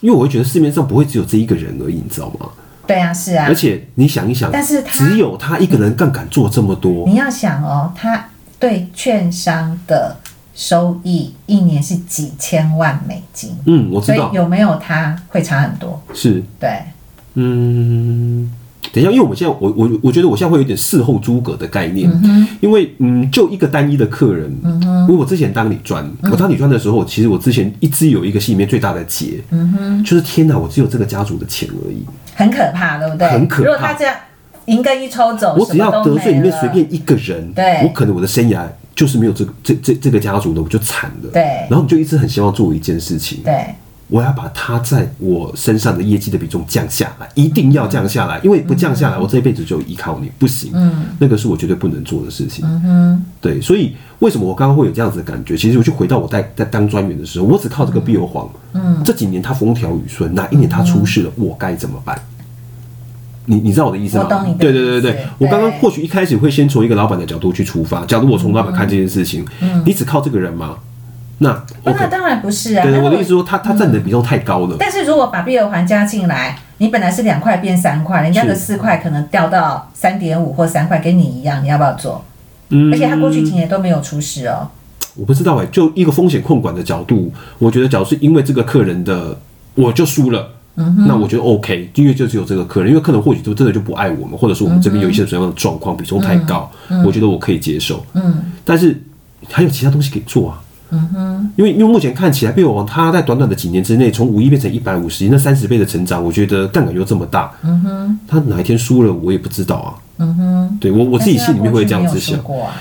[SPEAKER 2] 因为我会觉得市面上不会只有这一个人而已，你知道吗？
[SPEAKER 1] 对啊，是啊
[SPEAKER 2] 而，且你想一想，
[SPEAKER 1] 但是他
[SPEAKER 2] 只有他一个人杠杆做这么多，
[SPEAKER 1] 你要想哦，他对券商的收益一年是几千万美金，
[SPEAKER 2] 嗯，我知
[SPEAKER 1] 所以
[SPEAKER 2] 道
[SPEAKER 1] 有没有他会差很多。
[SPEAKER 2] 是，
[SPEAKER 1] 对，
[SPEAKER 2] 嗯，等一下，因为我们现在我我我觉得我现在会有点事后诸葛的概念，因为嗯，就一个单一的客人，
[SPEAKER 1] 嗯
[SPEAKER 2] 因为我之前当理专，我当理专的时候，其实我之前一直有一个心里面最大的结，
[SPEAKER 1] 嗯
[SPEAKER 2] 就是天哪，我只有这个家族的钱而已，
[SPEAKER 1] 很可怕，对不对？
[SPEAKER 2] 很可怕
[SPEAKER 1] 如果他这样银根一抽走，
[SPEAKER 2] 我只
[SPEAKER 1] 什
[SPEAKER 2] 要
[SPEAKER 1] 么都
[SPEAKER 2] 得罪里面
[SPEAKER 1] 没了
[SPEAKER 2] 随便一个人，
[SPEAKER 1] 对
[SPEAKER 2] 我可能我的生涯就是没有这个这这这个家族的，我就惨了。
[SPEAKER 1] 对
[SPEAKER 2] 然后你就一直很希望做一件事情，
[SPEAKER 1] 对
[SPEAKER 2] 我要把他在我身上的业绩的比重降下来，一定要降下来，因为不降下来，我这一辈子就依靠你，不行。嗯，那个是我绝对不能做的事情。嗯哼，对，所以为什么我刚刚会有这样子的感觉？其实我就回到我在在当专员的时候，我只靠这个碧欧黄，嗯，这几年他风调雨顺，哪一年他出事了，我该怎么办？你你知道我的意思吗？
[SPEAKER 1] 我懂你的
[SPEAKER 2] 对对
[SPEAKER 1] 意
[SPEAKER 2] 对
[SPEAKER 1] 思
[SPEAKER 2] 对，对我刚刚
[SPEAKER 1] 对
[SPEAKER 2] 或许一开始会先从一个老板的角度去出发。假如我从老板看这件事情，
[SPEAKER 1] 嗯
[SPEAKER 2] 你只靠这个人吗？那
[SPEAKER 1] 不
[SPEAKER 2] OK，
[SPEAKER 1] 那当然不是啊。
[SPEAKER 2] 对对，
[SPEAKER 1] 那
[SPEAKER 2] 我的意思说他他占你的比重太高了。
[SPEAKER 1] 但是如果把碧螺环加进来，你本来是两块变三块，人家的四块可能掉到三点五或三块，跟你一样，你要不要做？
[SPEAKER 2] 嗯
[SPEAKER 1] 而且他过去几年都没有出事哦。
[SPEAKER 2] 我不知道哎、就一个风险控管的角度，我觉得，假如是因为这个客人的，我就输了。那我觉得 OK，因为就只有这个客人，因为客人或许就真的就不爱我们，或者是我们这边有一些什么样的状况，比重太高，我觉得我可以接受。嗯，但是还有其他东西可以做啊。嗯哼，因为因为目前看起来，贝尔王他在短短的几年之内，从五亿变成一百五十亿，那三十倍的成长，我觉得杠杆又这么大。嗯哼，他哪一天输了，我也不知道啊。嗯哼，对我我自己心里面会这样子
[SPEAKER 1] 但是他过去没
[SPEAKER 2] 想
[SPEAKER 1] 有，过啊。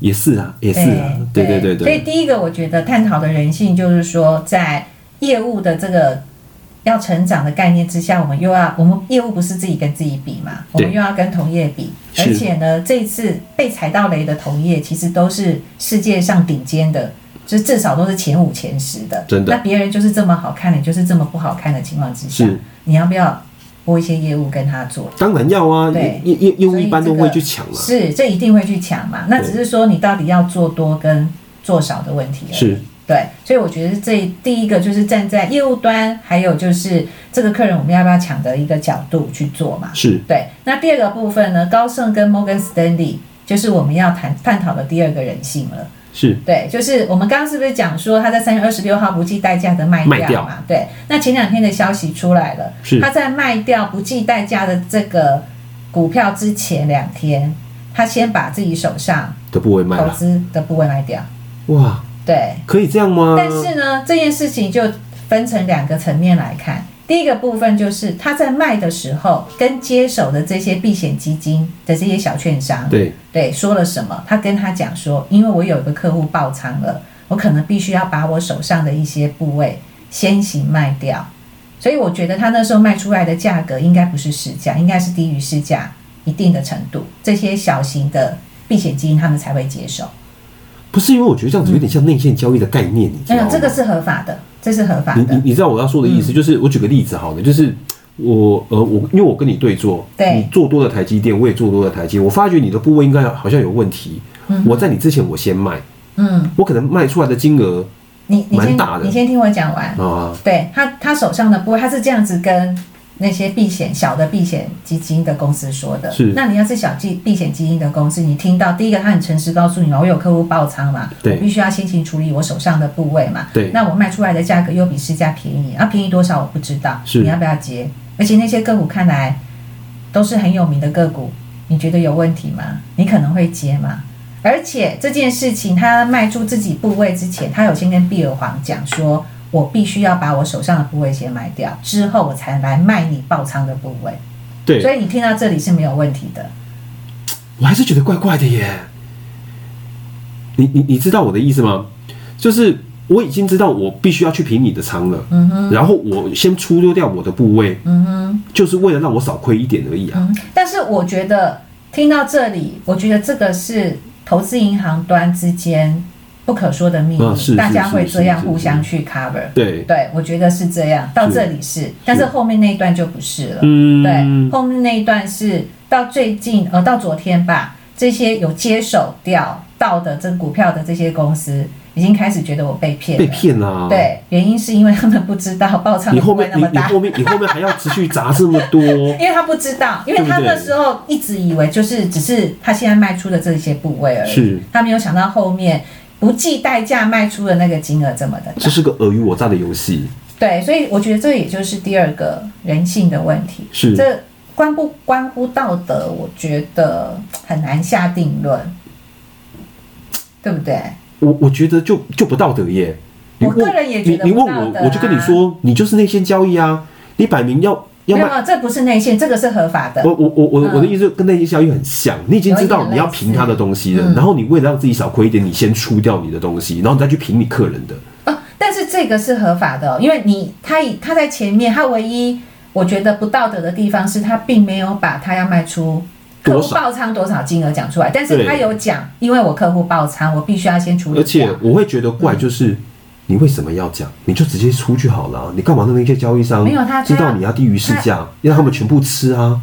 [SPEAKER 2] 也是啊，也是啊，对对对对。
[SPEAKER 1] 所以第一个，我觉得探讨的人性就是说，在业务的这个要成长的概念之下，我们又要我们业务不是自己跟自己比嘛，我
[SPEAKER 2] 对
[SPEAKER 1] 们又要跟同业比，
[SPEAKER 2] 是
[SPEAKER 1] 而且呢，这一次被踩到雷的同业其实都是世界上顶尖的。就是至少都是前五前十的，
[SPEAKER 2] 真的
[SPEAKER 1] 那别人就是这么好看，你就是这么不好看的情况之下
[SPEAKER 2] 是，
[SPEAKER 1] 你要不要拨一些业务跟他做？
[SPEAKER 2] 当然要啊，
[SPEAKER 1] 对
[SPEAKER 2] 业业业业务
[SPEAKER 1] 所以
[SPEAKER 2] 一般都
[SPEAKER 1] 这个
[SPEAKER 2] 会去抢啊了，
[SPEAKER 1] 是，这一定会去抢嘛。那
[SPEAKER 2] 对
[SPEAKER 1] 只是说你到底要做多跟做少的问题而已。
[SPEAKER 2] 是
[SPEAKER 1] 对，所以我觉得这第一个就是站在业务端，还有就是这个客人我们要不要抢的一个角度去做嘛。
[SPEAKER 2] 是
[SPEAKER 1] 对，那第二个部分呢，高盛跟 Morgan Stanley 就是我们要谈探讨的第二个人性了。
[SPEAKER 2] 是
[SPEAKER 1] 对，就是我们刚刚是不是讲说他在三月二十六号不计代价的卖掉嘛？
[SPEAKER 2] 卖掉
[SPEAKER 1] 对，那前两天的消息出来了，
[SPEAKER 2] 是
[SPEAKER 1] 他在卖掉不计代价的这个股票之前两天，他先把自己手上
[SPEAKER 2] 都不会卖
[SPEAKER 1] 投
[SPEAKER 2] 了，
[SPEAKER 1] 资的部位卖掉。
[SPEAKER 2] 哇，
[SPEAKER 1] 对，
[SPEAKER 2] 可以这样吗？
[SPEAKER 1] 但是呢，这件事情就分成两个层面来看。第一个部分就是他在卖的时候，跟接手的这些避险基金的这些小券商，
[SPEAKER 2] 对
[SPEAKER 1] 对说了什么？他跟他讲说，因为我有一个客户爆仓了，我可能必须要把我手上的一些部位先行卖掉，所以我觉得他那时候卖出来的价格应该不是市价，应该是低于市价一定的程度，这些小型的避险基金他们才会接手。
[SPEAKER 2] 不是因为我觉得这样子有点像内线交易的概念，你知
[SPEAKER 1] 哎呦，
[SPEAKER 2] 道吗？
[SPEAKER 1] 这个是合法的，这是合法
[SPEAKER 2] 你
[SPEAKER 1] 的嗯
[SPEAKER 2] 你。你知道我要说的意思，就是我举个例子好了，就是我呃我因为我跟你对坐，
[SPEAKER 1] 对
[SPEAKER 2] 你做多了台积电，我也做多了台积，我发觉你的部位应该好像有问题，我在你之前我先卖，
[SPEAKER 1] 嗯，
[SPEAKER 2] 我可能卖出来的金额
[SPEAKER 1] 你你
[SPEAKER 2] 蛮
[SPEAKER 1] 先
[SPEAKER 2] 大的
[SPEAKER 1] 你先听我讲完。
[SPEAKER 2] 啊，
[SPEAKER 1] 对他他手上的部位，他是这样子跟那些避险小的避险基金的公司说的。
[SPEAKER 2] 是
[SPEAKER 1] 那你要是小基避险基金的公司，你听到第一个，他很诚实告诉你嘛，我有客户爆仓嘛，
[SPEAKER 2] 对
[SPEAKER 1] 我必须要先行处理我手上的部位嘛。
[SPEAKER 2] 对
[SPEAKER 1] 那我卖出来的价格又比市价便宜，啊，便宜多少我不知道，
[SPEAKER 2] 是
[SPEAKER 1] 你要不要接？而且那些个股看来都是很有名的个股，你觉得有问题吗？你可能会接吗？而且这件事情，他卖出自己部位之前，他有先跟碧尔皇讲说，我必须要把我手上的部位先卖掉，之后我才来卖你爆仓的部位。所
[SPEAKER 2] 对，
[SPEAKER 1] 以你听到这里是没有问题的。
[SPEAKER 2] 我还是觉得怪怪的耶。你你你知道我的意思吗？就是我已经知道我必须要去平你的仓了，嗯哼，然后我先出溜掉我的部位，嗯哼，就是为了让我少亏一点而已啊。
[SPEAKER 1] 嗯，但是我觉得听到这里，我觉得这个是投资银行端之间不可说的秘密，
[SPEAKER 2] 啊是
[SPEAKER 1] 大家
[SPEAKER 2] 是
[SPEAKER 1] 会
[SPEAKER 2] 是
[SPEAKER 1] 这样
[SPEAKER 2] 是
[SPEAKER 1] 互
[SPEAKER 2] 是
[SPEAKER 1] 相去 cover。
[SPEAKER 2] 对，
[SPEAKER 1] 对，我觉得是这样，到这里是，但是后面那一段就不是了。
[SPEAKER 2] 嗯
[SPEAKER 1] 对，，后面那一段是到最近呃到昨天吧，这些有接手掉到的这股票的这些公司，已经开始觉得我被骗了。
[SPEAKER 2] 被骗啊。，
[SPEAKER 1] 对，原因是因为他们不知道爆仓
[SPEAKER 2] 你
[SPEAKER 1] 的
[SPEAKER 2] 后
[SPEAKER 1] 不会
[SPEAKER 2] 面
[SPEAKER 1] 那
[SPEAKER 2] 你
[SPEAKER 1] 么
[SPEAKER 2] 你
[SPEAKER 1] 大，
[SPEAKER 2] 后面你后面还要持续砸这么 多，
[SPEAKER 1] 因为他不知道，因为
[SPEAKER 2] 对不
[SPEAKER 1] 他
[SPEAKER 2] 对
[SPEAKER 1] 那时候一直以为就是只是他现在卖出的这些部位而已，
[SPEAKER 2] 是
[SPEAKER 1] 他没有想到后面不计代价卖出的那个金额这么的大
[SPEAKER 2] 这。是个尔虞我诈的游戏。
[SPEAKER 1] 对，所以我觉得这也就是第二个人性的问题，
[SPEAKER 2] 是
[SPEAKER 1] 这关不关乎道德，我觉得很难下定论，对不对？
[SPEAKER 2] 我我觉得就就不道德耶。你
[SPEAKER 1] 我
[SPEAKER 2] 问
[SPEAKER 1] 个人也觉得
[SPEAKER 2] 你你
[SPEAKER 1] 不
[SPEAKER 2] 问
[SPEAKER 1] 道德
[SPEAKER 2] 我，
[SPEAKER 1] 啊
[SPEAKER 2] 我就跟你说，你就是内线交易啊，你摆明要要
[SPEAKER 1] 没有
[SPEAKER 2] 卖。
[SPEAKER 1] 没有，这不是内线，这个是合法的
[SPEAKER 2] 我。我我我
[SPEAKER 1] 嗯
[SPEAKER 2] 我的意思跟内线交易很像，你已经知道你要平他的东西
[SPEAKER 1] 有一
[SPEAKER 2] 了，
[SPEAKER 1] 点类似嗯
[SPEAKER 2] 然后你为了让自己少亏一点，你先出掉你的东西，然后你再去平你客人的。
[SPEAKER 1] 哦，但是这个是合法的哦、因为你他以他在前面，他唯一我觉得不道德的地方是他并没有把他要卖出客
[SPEAKER 2] 多
[SPEAKER 1] 户
[SPEAKER 2] 少
[SPEAKER 1] 爆仓多少金额讲出来，但是
[SPEAKER 2] 对
[SPEAKER 1] 他有讲，因为我客户爆仓，我必须要先处理
[SPEAKER 2] 而
[SPEAKER 1] 掉。
[SPEAKER 2] 且我会觉得
[SPEAKER 1] 嗯
[SPEAKER 2] 怪，就是你为什么要讲？你就直接出去好了啊、你干嘛让那些交易商
[SPEAKER 1] 没有他
[SPEAKER 2] 知道你要低于市价，让他们全部吃啊？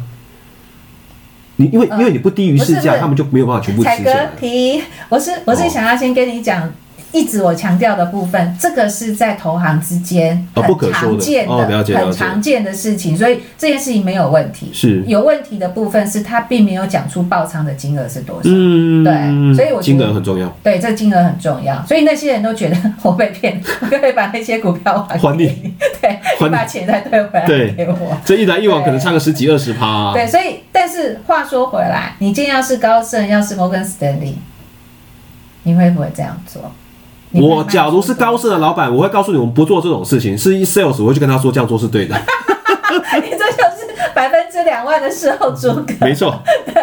[SPEAKER 2] 你因为因为你不低于市
[SPEAKER 1] 嗯不是不
[SPEAKER 2] 价，
[SPEAKER 1] 是
[SPEAKER 2] 他们就没有办法全部吃
[SPEAKER 1] 彩
[SPEAKER 2] 下
[SPEAKER 1] 哥
[SPEAKER 2] 来。
[SPEAKER 1] 提，我是我是
[SPEAKER 2] 哦
[SPEAKER 1] 想要先跟你讲，一直我强调的部分，这个是在投行之间
[SPEAKER 2] 哦不可
[SPEAKER 1] 很
[SPEAKER 2] 说的
[SPEAKER 1] 常见
[SPEAKER 2] 哦了解了解
[SPEAKER 1] 很常见的事情，所以这件事情没有问题。
[SPEAKER 2] 是
[SPEAKER 1] 有问题的部分是他并没有讲出爆仓的金额是多少。
[SPEAKER 2] 嗯，
[SPEAKER 1] 对所以我觉得
[SPEAKER 2] 金额很重要。
[SPEAKER 1] 对，这金额很重要，所以那些人都觉得我被骗，我可以把那些股票还
[SPEAKER 2] 还
[SPEAKER 1] 给
[SPEAKER 2] 你
[SPEAKER 1] 你， 对，
[SPEAKER 2] 还
[SPEAKER 1] 你
[SPEAKER 2] 你
[SPEAKER 1] 把钱再退回来
[SPEAKER 2] 对
[SPEAKER 1] 给我。
[SPEAKER 2] 这一来一往可能差个十几二十趴。啊
[SPEAKER 1] 对，所以但是话说回来，你今天要是高盛，要是摩根斯坦利，你会不会这样做？你会
[SPEAKER 2] 我
[SPEAKER 1] 卖
[SPEAKER 2] 假如是
[SPEAKER 1] 出多
[SPEAKER 2] 高盛的老板，我会告诉你，我们不做这种事情。是一 sales，我会去跟他说这样做是对的，
[SPEAKER 1] 少， 你这就是百分之两万的事后诸葛。
[SPEAKER 2] 没错。
[SPEAKER 1] 对，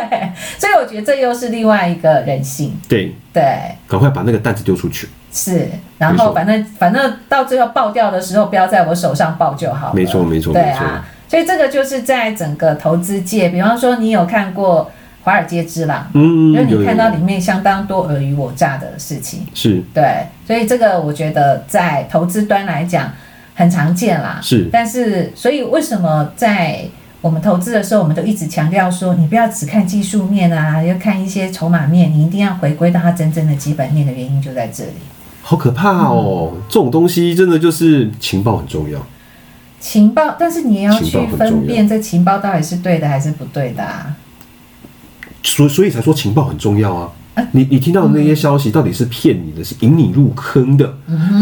[SPEAKER 1] 所以我觉得这又是另外一个人性。
[SPEAKER 2] 对，
[SPEAKER 1] 对，
[SPEAKER 2] 赶快把那个担子丢出去。
[SPEAKER 1] 是，然
[SPEAKER 2] 没
[SPEAKER 1] 后
[SPEAKER 2] 错
[SPEAKER 1] 反正反正到最后爆掉的时候，不要在我手上爆就好了。
[SPEAKER 2] 没错，没错，
[SPEAKER 1] 对
[SPEAKER 2] 没错。
[SPEAKER 1] 啊，所以这个就是在整个投资界，比方说你有看过《华尔街之狼》，
[SPEAKER 2] 嗯，
[SPEAKER 1] 就是
[SPEAKER 2] 有
[SPEAKER 1] 你
[SPEAKER 2] 有
[SPEAKER 1] 看到里
[SPEAKER 2] 有
[SPEAKER 1] 面相当多尔虞我诈的事情。
[SPEAKER 2] 是
[SPEAKER 1] 对，所以这个我觉得在投资端来讲很常见啦。
[SPEAKER 2] 是
[SPEAKER 1] 但是所以为什么在我们投资的时候，我们都一直强调说，你不要只看技术面啊，要看一些筹码面，你一定要回归到它真正的基本面的原因就在这里。
[SPEAKER 2] 好可怕哦！
[SPEAKER 1] 嗯
[SPEAKER 2] 这种东西真的就是情报很重要。
[SPEAKER 1] 情报，但是你也要
[SPEAKER 2] 情报
[SPEAKER 1] 去
[SPEAKER 2] 很重要
[SPEAKER 1] 分辨这情报到底是对的还是不对的啊。
[SPEAKER 2] 所所以才说情报很重要啊！你你听到的那
[SPEAKER 1] 嗯
[SPEAKER 2] 些消息，到底是骗你的，是引你入坑的，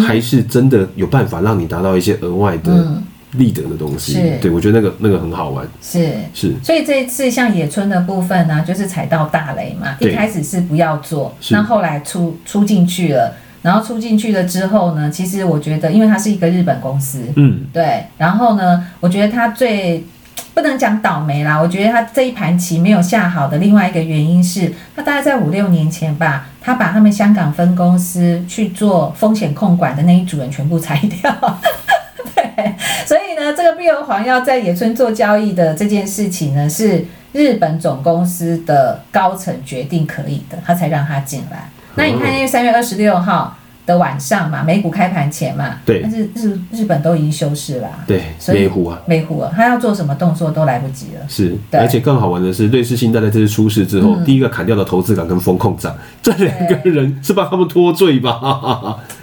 [SPEAKER 2] 还是真的有办法让你达到一些额外的
[SPEAKER 1] 嗯
[SPEAKER 2] 利得的东西
[SPEAKER 1] 是？
[SPEAKER 2] 对我觉得那个那个很好玩，
[SPEAKER 1] 是，
[SPEAKER 2] 是
[SPEAKER 1] 所以这一次像野村的部分呢、就是踩到大雷嘛，一
[SPEAKER 2] 对
[SPEAKER 1] 开始是不要做，
[SPEAKER 2] 是
[SPEAKER 1] 那后来出出进去了，然后出进去了之后呢，其实我觉得，因为它是一个日本公司，
[SPEAKER 2] 嗯，
[SPEAKER 1] 对，然后呢，我觉得它最不能讲倒霉啦，我觉得它这一盘棋没有下好的另外一个原因是，它大概在五六年前吧，它把他们香港分公司去做风险控管的那一组人全部裁掉。 对，所以呢，这个碧欧皇要在野村做交易的这件事情呢，是日本总公司的高层决定可以的，他才让他进来。那你看，因为三月二十六号的晚上嘛，美股开盘前嘛，
[SPEAKER 2] 对
[SPEAKER 1] 但是日日本都已经休市啦、
[SPEAKER 2] 对，
[SPEAKER 1] 所以
[SPEAKER 2] 猎户啊，
[SPEAKER 1] 美股了，他要做什么动作都来不及了。
[SPEAKER 2] 是，
[SPEAKER 1] 对嗯
[SPEAKER 2] 而且更好玩的是，瑞士信贷在这次出事之后，第一个砍掉的投资港跟风控长，这两个人是帮他们脱罪吧？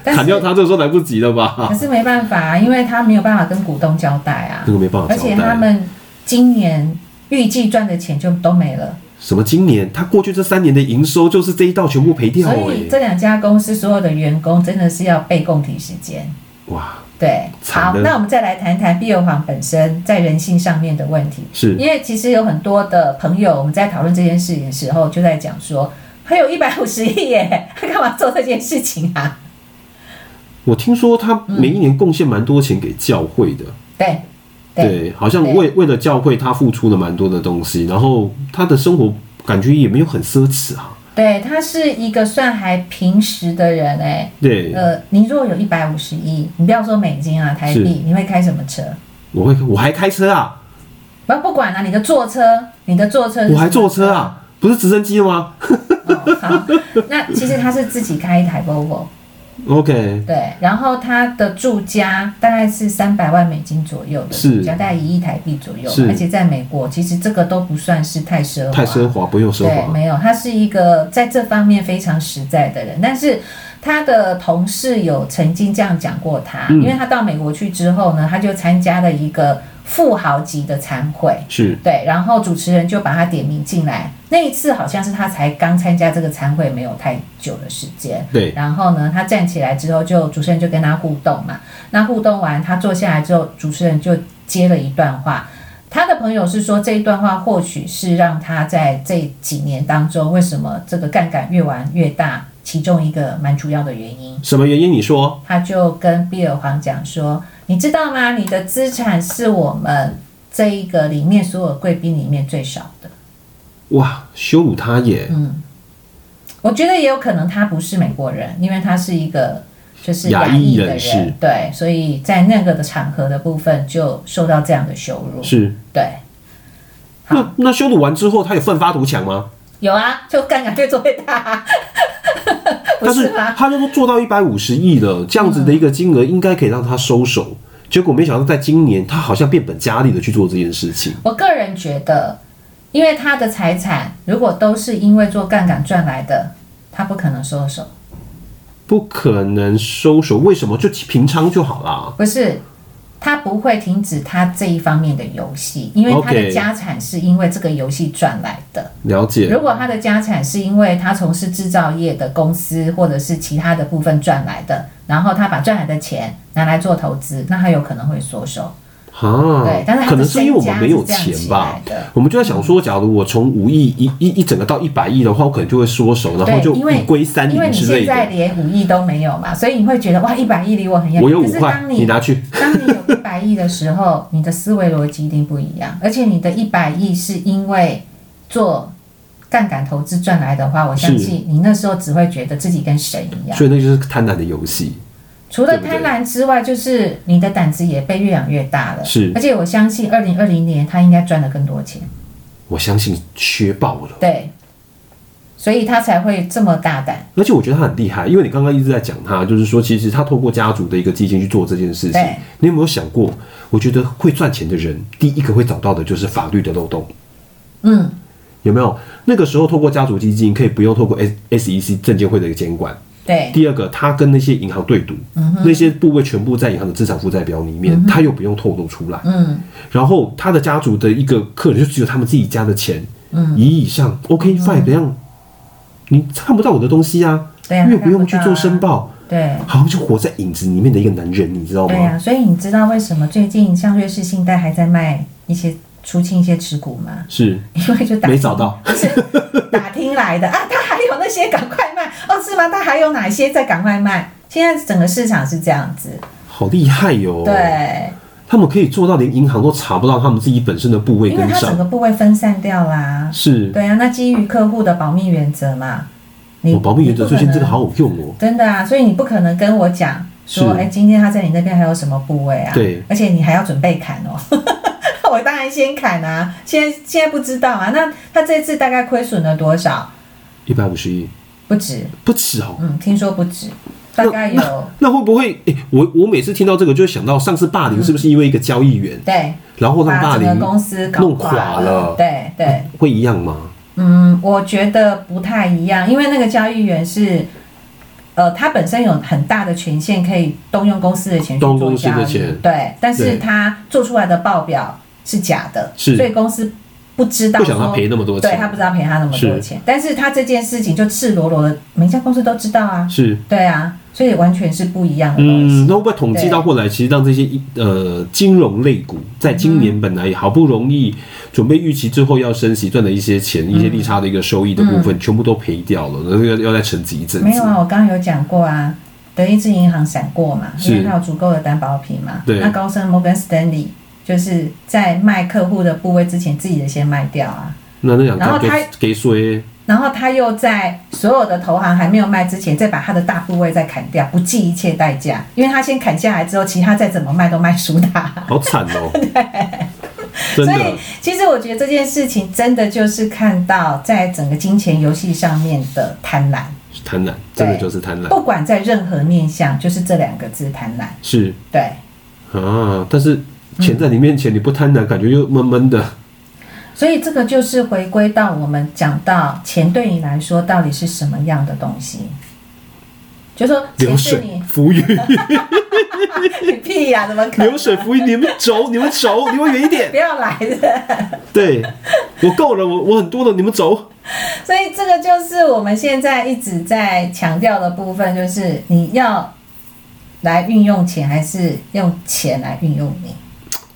[SPEAKER 1] 但是啊
[SPEAKER 2] 砍掉他这时候来不及了吧
[SPEAKER 1] 可？是没办法、啊，因为他没有办法跟股东交代啊
[SPEAKER 2] 这，个没办法
[SPEAKER 1] 而
[SPEAKER 2] 交
[SPEAKER 1] 且他
[SPEAKER 2] 代。
[SPEAKER 1] 们今年预计赚的钱就都没了，
[SPEAKER 2] 什么？今年他过去这三年的营收就是这一道全部赔掉
[SPEAKER 1] 所
[SPEAKER 2] 哎、
[SPEAKER 1] 以这两家公司所有的员工真的是要被供体时间。
[SPEAKER 2] 哇，
[SPEAKER 1] 对，
[SPEAKER 2] 惨
[SPEAKER 1] 好，
[SPEAKER 2] 了
[SPEAKER 1] 那我们再来谈谈碧欧皇本身在人性上面的问题，
[SPEAKER 2] 是
[SPEAKER 1] 因为其实有很多的朋友我们在讨论这件事情的时候，就在讲说，他有一百五十亿耶， 他干嘛做这件事情啊？
[SPEAKER 2] 我听说他每一年贡献蛮多钱给教会的，
[SPEAKER 1] 对，
[SPEAKER 2] 对，好像
[SPEAKER 1] 对
[SPEAKER 2] 为为了教会他付出了蛮多的东西，然后他的生活感觉也没有很奢侈啊，
[SPEAKER 1] 对他是一个算还平实的人哎、
[SPEAKER 2] 对，
[SPEAKER 1] 呃，你如果有一百五十亿，你不要说美金啊，台
[SPEAKER 2] 是
[SPEAKER 1] 币，你会开什么车？
[SPEAKER 2] 我会我还开车啊，
[SPEAKER 1] 不要不管啊了、你的坐车，你的坐车是什么，
[SPEAKER 2] 我还坐车啊，不是直升机吗
[SPEAKER 1] 哦。好，那其实他是自己开一台 Volvo，
[SPEAKER 2] ？OK，
[SPEAKER 1] 对，然后他的住家大概是三百万美金左右的，
[SPEAKER 2] 是
[SPEAKER 1] 住家大概一亿台币左右
[SPEAKER 2] 是，
[SPEAKER 1] 而且在美国其实这个都不算是太奢华，
[SPEAKER 2] 太奢华不用奢
[SPEAKER 1] 对，
[SPEAKER 2] 华，
[SPEAKER 1] 没有，他是一个在这方面非常实在的人，但是他的同事有曾经这样讲过他，
[SPEAKER 2] 嗯
[SPEAKER 1] 因为他到美国去之后呢，他就参加了一个富豪级的餐会。
[SPEAKER 2] 是
[SPEAKER 1] 对，然后主持人就把他点名进来。那一次好像是他才刚参加这个餐会没有太久的时间。
[SPEAKER 2] 对
[SPEAKER 1] 然后呢，他站起来之后就，主持人就跟他互动嘛。那互动完，他坐下来之后，主持人就接了一段话。他的朋友是说，这一段话或许是让他在这几年当中，为什么这个杠杆越玩越大，其中一个蛮主要的原因。
[SPEAKER 2] 什么原因？你说
[SPEAKER 1] 他就跟比尔黄讲说：“你知道吗？你的资产是我们这一个里面所有贵宾里面最少的。
[SPEAKER 2] 哇，羞辱他耶，
[SPEAKER 1] 嗯我觉得也有可能他不是美国人，因为他是一个就是
[SPEAKER 2] 亚
[SPEAKER 1] 亚
[SPEAKER 2] 裔
[SPEAKER 1] 裔的
[SPEAKER 2] 人
[SPEAKER 1] 人，
[SPEAKER 2] 士
[SPEAKER 1] 对，所以在那个的场合的部分就受到这样的羞辱。
[SPEAKER 2] 是。
[SPEAKER 1] 对，好
[SPEAKER 2] 那那羞辱完之后，他有奋发图强吗？
[SPEAKER 1] 有啊，就杠杆越做越 大， 不
[SPEAKER 2] 但是
[SPEAKER 1] 是啊吗？
[SPEAKER 2] 他都做到一百五十亿了，这样子的一个金额应该可以让他收手。结果没想到在今年，他好像变本加厉的去做这件事情。
[SPEAKER 1] 我个人觉得，因为他的财产如果都是因为做杠杆赚来的，他不可能收手。”
[SPEAKER 2] 不可能收手，为什么？就平仓就好啦。
[SPEAKER 1] 不是，他不会停止他这一方面的游戏，因为他
[SPEAKER 2] OK
[SPEAKER 1] 的家产是因为这个游戏赚来的。
[SPEAKER 2] 了解，
[SPEAKER 1] 如果他的家产是因为他从事制造业的公司或者是其他的部分赚来的，然后他把赚来的钱拿来做投资，那他有可能会缩手。
[SPEAKER 2] 啊
[SPEAKER 1] 对，但是他的
[SPEAKER 2] 可能是因为我们没有
[SPEAKER 1] 身家是这样
[SPEAKER 2] 钱
[SPEAKER 1] 起
[SPEAKER 2] 吧
[SPEAKER 1] 来的。
[SPEAKER 2] 我们就在想说，假如我从五亿一一一整个到一百亿的话，我可能就会缩手，然后
[SPEAKER 1] 对，
[SPEAKER 2] 就
[SPEAKER 1] 因为
[SPEAKER 2] 五归三
[SPEAKER 1] 因为
[SPEAKER 2] 零
[SPEAKER 1] 你
[SPEAKER 2] 之
[SPEAKER 1] 现
[SPEAKER 2] 类
[SPEAKER 1] 在
[SPEAKER 2] 的。
[SPEAKER 1] 连五亿都没有嘛，所以你会觉得哇，一百亿离我很远。
[SPEAKER 2] 我有
[SPEAKER 1] 可
[SPEAKER 2] 五
[SPEAKER 1] 是
[SPEAKER 2] 块，
[SPEAKER 1] 当
[SPEAKER 2] 你拿去。
[SPEAKER 1] 当你有一百亿的时候，你的思维逻辑一定不一样，而且你的一百亿是因为做杠杆投资赚来的话，我相
[SPEAKER 2] 是
[SPEAKER 1] 信你那时候只会觉得自己跟神一样。
[SPEAKER 2] 所以那就是贪婪的游戏。
[SPEAKER 1] 除了
[SPEAKER 2] 对不
[SPEAKER 1] 贪
[SPEAKER 2] 对
[SPEAKER 1] 婪之外，就是你的胆子也被越养越大了。
[SPEAKER 2] 是
[SPEAKER 1] 而且我相信二零二零年他应该赚了更多钱，
[SPEAKER 2] 我相信削爆了。
[SPEAKER 1] 对，所以他才会这么大胆。
[SPEAKER 2] 而且我觉得他很厉害，因为你刚刚一直在讲他，就是说，其实他透过家族的一个基金去做这件事情
[SPEAKER 1] 对。
[SPEAKER 2] 你有没有想过？我觉得会赚钱的人，第一个会找到的就是法律的漏洞。
[SPEAKER 1] 嗯，
[SPEAKER 2] 有没有？那个时候透过家族基金，可以不用透过 S S E C 证监会的一个监管。
[SPEAKER 1] 对，
[SPEAKER 2] 第二个，他跟那些银行对赌，
[SPEAKER 1] 嗯
[SPEAKER 2] 那些部位全部在银行的资产负债表里面，他又不用透露出来。
[SPEAKER 1] 嗯，
[SPEAKER 2] 然后他的家族的一个客人就只有他们自己家的钱，嗯，一亿以上，OK fine，怎样？你看不到我的东西啊，
[SPEAKER 1] 对啊
[SPEAKER 2] 又不用去
[SPEAKER 1] 看不到
[SPEAKER 2] 做
[SPEAKER 1] 啊
[SPEAKER 2] 申报，
[SPEAKER 1] 对。
[SPEAKER 2] 好像就活在影子里面的一个男人，你知道
[SPEAKER 1] 对啊
[SPEAKER 2] 吗？
[SPEAKER 1] 呀、所以你知道为什么最近像瑞士信贷还在卖一些出清一些持股吗？
[SPEAKER 2] 是
[SPEAKER 1] 因为就打
[SPEAKER 2] 没找到，
[SPEAKER 1] 不是打听来的啊，他还有那些赶快卖哦，是吗？他还有哪些再赶快卖？现在整个市场是这样子，
[SPEAKER 2] 好厉害哟、，
[SPEAKER 1] 对，
[SPEAKER 2] 他们可以做到连银行都查不到他们自己本身的部位
[SPEAKER 1] 因为
[SPEAKER 2] 跟
[SPEAKER 1] 它整
[SPEAKER 2] 上，
[SPEAKER 1] 个部位分散掉啦。
[SPEAKER 2] 是。
[SPEAKER 1] 对啊，那基于客户的保密原则嘛，你
[SPEAKER 2] 我哦保密原则
[SPEAKER 1] 你不
[SPEAKER 2] 最
[SPEAKER 1] 可
[SPEAKER 2] 近
[SPEAKER 1] 能
[SPEAKER 2] 这个好有用哦，
[SPEAKER 1] 真的啊，所以你不可能跟我讲说，
[SPEAKER 2] 是
[SPEAKER 1] 哎、今天他在你那边还有什么部位啊？
[SPEAKER 2] 对
[SPEAKER 1] 而且你还要准备砍哦。 我当然先砍啊，现在现在不知道啊。那他这次大概亏损了多少？
[SPEAKER 2] 一百五十亿
[SPEAKER 1] 不止，
[SPEAKER 2] 不止哦。
[SPEAKER 1] 嗯，听说不止，大概有
[SPEAKER 2] 那会不会？诶、我我每次听到这个，就想到上次霸凌是不是因为一个交易员，
[SPEAKER 1] 对，
[SPEAKER 2] 然后让
[SPEAKER 1] 把
[SPEAKER 2] 霸
[SPEAKER 1] 整个
[SPEAKER 2] 凌
[SPEAKER 1] 公司搞
[SPEAKER 2] 弄垮了
[SPEAKER 1] 对对，
[SPEAKER 2] 会一样吗？
[SPEAKER 1] 嗯，我觉得不太一样，因为那个交易员是。呃，他本身有很大的权限，可以动用公司的钱去
[SPEAKER 2] 动
[SPEAKER 1] 做
[SPEAKER 2] 公司的
[SPEAKER 1] 交易
[SPEAKER 2] 钱
[SPEAKER 1] 对，但
[SPEAKER 2] 对
[SPEAKER 1] 是他做出来的报表是假的，
[SPEAKER 2] 是
[SPEAKER 1] 所以公司不知道
[SPEAKER 2] 不想
[SPEAKER 1] 说
[SPEAKER 2] 他赔那么多
[SPEAKER 1] 对他
[SPEAKER 2] 钱，
[SPEAKER 1] 不知道赔他那么多
[SPEAKER 2] 是
[SPEAKER 1] 钱，但是他这件事情就赤裸裸的，每家公司都知道啊，
[SPEAKER 2] 是。
[SPEAKER 1] 对啊，所以完全是不一样的东西。
[SPEAKER 2] 嗯，那会不会统计到后来，其实让这些呃金融类股在今年本来好不容易准备预期之后要升息赚的一些钱、一些利差的一个收益的部分，全部都赔掉了，然后要要再沉寂一阵
[SPEAKER 1] 没
[SPEAKER 2] 子
[SPEAKER 1] 有。啊，我刚刚有讲过啊，德意志银行闪过嘛，
[SPEAKER 2] 是
[SPEAKER 1] 因为它有足够的担保品嘛。
[SPEAKER 2] 对
[SPEAKER 1] 那高盛、摩根士丹利就是在卖客户的部位之前，自己的先卖掉啊。
[SPEAKER 2] 那那两
[SPEAKER 1] 然后
[SPEAKER 2] 个
[SPEAKER 1] 他
[SPEAKER 2] 给给谁？
[SPEAKER 1] 然后他又在所有的投行还没有卖之前，再把他的大部位再砍掉，不计一切代价，因为他先砍下来之后，其他再怎么卖都卖输他。
[SPEAKER 2] 好惨 哦、真
[SPEAKER 1] 所
[SPEAKER 2] 的
[SPEAKER 1] 以，其实我觉得这件事情真的就是看到在整个金钱游戏上面的贪婪，
[SPEAKER 2] 贪婪，真的
[SPEAKER 1] 对
[SPEAKER 2] 就是贪婪，
[SPEAKER 1] 不管在任何面向，就是这两个字贪婪。
[SPEAKER 2] 是
[SPEAKER 1] 对，
[SPEAKER 2] 啊，但是钱在你面前你不贪婪，感觉又闷闷的。
[SPEAKER 1] 所以这个就是回归到我们讲到钱对你来说到底是什么样的东西，就说
[SPEAKER 2] 流
[SPEAKER 1] 钱
[SPEAKER 2] 水
[SPEAKER 1] 对嗯你
[SPEAKER 2] 浮云，
[SPEAKER 1] 你 屁呀、怎么可能？
[SPEAKER 2] 流水浮云，你们走，你们走，离我远一 点
[SPEAKER 1] 不。要来的。
[SPEAKER 2] 对我够了，我我很多了，你们走。
[SPEAKER 1] 所以这个就是我们现在一直在强调的部分，就是你要来运用钱，还是用钱来运用你？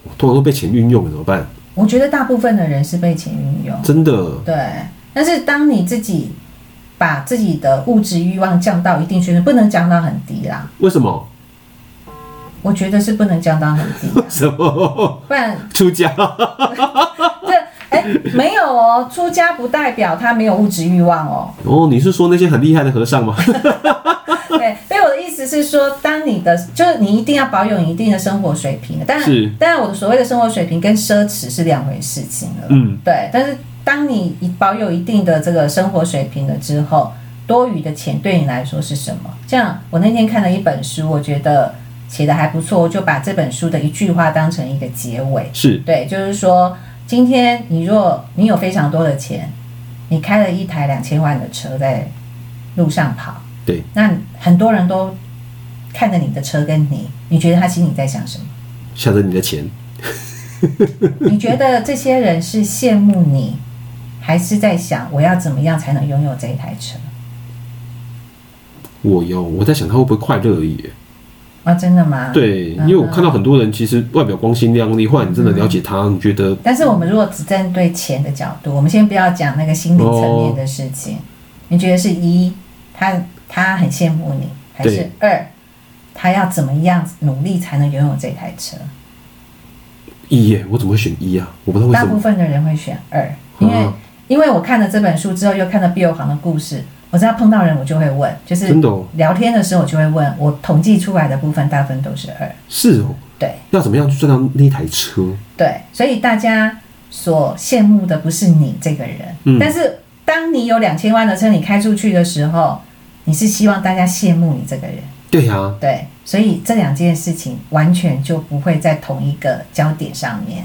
[SPEAKER 2] 我通常都被钱运用了，怎么办？
[SPEAKER 1] 我觉得大部分的人是被钱运用，
[SPEAKER 2] 真的，
[SPEAKER 1] 对。但是当你自己把自己的物质欲望降到一定水准，不能降到很低啦，
[SPEAKER 2] 为什么？
[SPEAKER 1] 我觉得是不能降到很低，
[SPEAKER 2] 为什么
[SPEAKER 1] 不然
[SPEAKER 2] 出家？
[SPEAKER 1] 这哎、没有哦，出家不代表他没有物质欲望哦。
[SPEAKER 2] 哦，你是说那些很厉害的和尚吗？
[SPEAKER 1] 对，所以我的意思是说，当你的就是你一定要保有你一定的生活水平，当
[SPEAKER 2] 是
[SPEAKER 1] 然，当然我的所谓的生活水平跟奢侈是两回事情了。
[SPEAKER 2] 嗯，
[SPEAKER 1] 对，但是当你保有一定的这个生活水平了之后，多余的钱对你来说是什么？像我那天看了一本书，我觉得写的还不错，我就把这本书的一句话当成一个结尾。
[SPEAKER 2] 是
[SPEAKER 1] 对，就是说，今天你若你有非常多的钱，你开了一台两千万的车在路上跑，
[SPEAKER 2] 对，
[SPEAKER 1] 那很多人都看着你的车跟你，你觉得他心里在想什么？
[SPEAKER 2] 想着你的钱，
[SPEAKER 1] 你觉得这些人是羡慕你，还是在想我要怎么样才能拥有这一台车？
[SPEAKER 2] 我有我在想他会不会快乐而已。
[SPEAKER 1] 啊，真的吗？。
[SPEAKER 2] 对，因为我看到很多人其实外表光鲜亮丽，或者你真的了解他，你觉得
[SPEAKER 1] 但是我们如果只针对钱的角度，我们先不要讲那个心理层面的事情。你觉得是一，他他很羡慕你，还是
[SPEAKER 2] 对
[SPEAKER 1] 二，他要怎么样努力才能拥有这台车？
[SPEAKER 2] 一耶，哎我怎么会选一啊？我不知道为
[SPEAKER 1] 大
[SPEAKER 2] 什
[SPEAKER 1] 部
[SPEAKER 2] 么。
[SPEAKER 1] 分的人会选二，因为、
[SPEAKER 2] 啊
[SPEAKER 1] 因为我看了这本书之后，又看了毕友行的故事，我只要碰到人，我就会问，就是
[SPEAKER 2] 真的哦
[SPEAKER 1] 聊天的时候我就会问，我统计出来的部分大部分都是二，
[SPEAKER 2] 是哦，
[SPEAKER 1] 对
[SPEAKER 2] 要怎么样去赚到那台车？
[SPEAKER 1] 对，所以大家所羡慕的不是你这个人，
[SPEAKER 2] 嗯
[SPEAKER 1] 但是当你有两千万的车你开出去的时候，你是希望大家羡慕你这个人，
[SPEAKER 2] 对呀、
[SPEAKER 1] 对，所以这两件事情完全就不会在同一个焦点上面。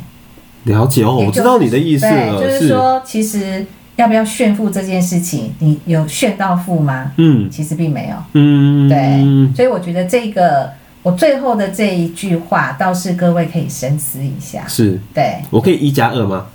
[SPEAKER 2] 了解哦，
[SPEAKER 1] 也
[SPEAKER 2] 我
[SPEAKER 1] 就是
[SPEAKER 2] 知道你的意思
[SPEAKER 1] 对，
[SPEAKER 2] 了，
[SPEAKER 1] 就是说，其实要不要炫富这件事情，你有炫到富吗？
[SPEAKER 2] 嗯
[SPEAKER 1] 其实并没有。
[SPEAKER 2] 嗯，
[SPEAKER 1] 对，所以我觉得这个我最后的这一句话，倒是各位可以深思一下。
[SPEAKER 2] 是
[SPEAKER 1] 对，
[SPEAKER 2] 我可以一加二吗？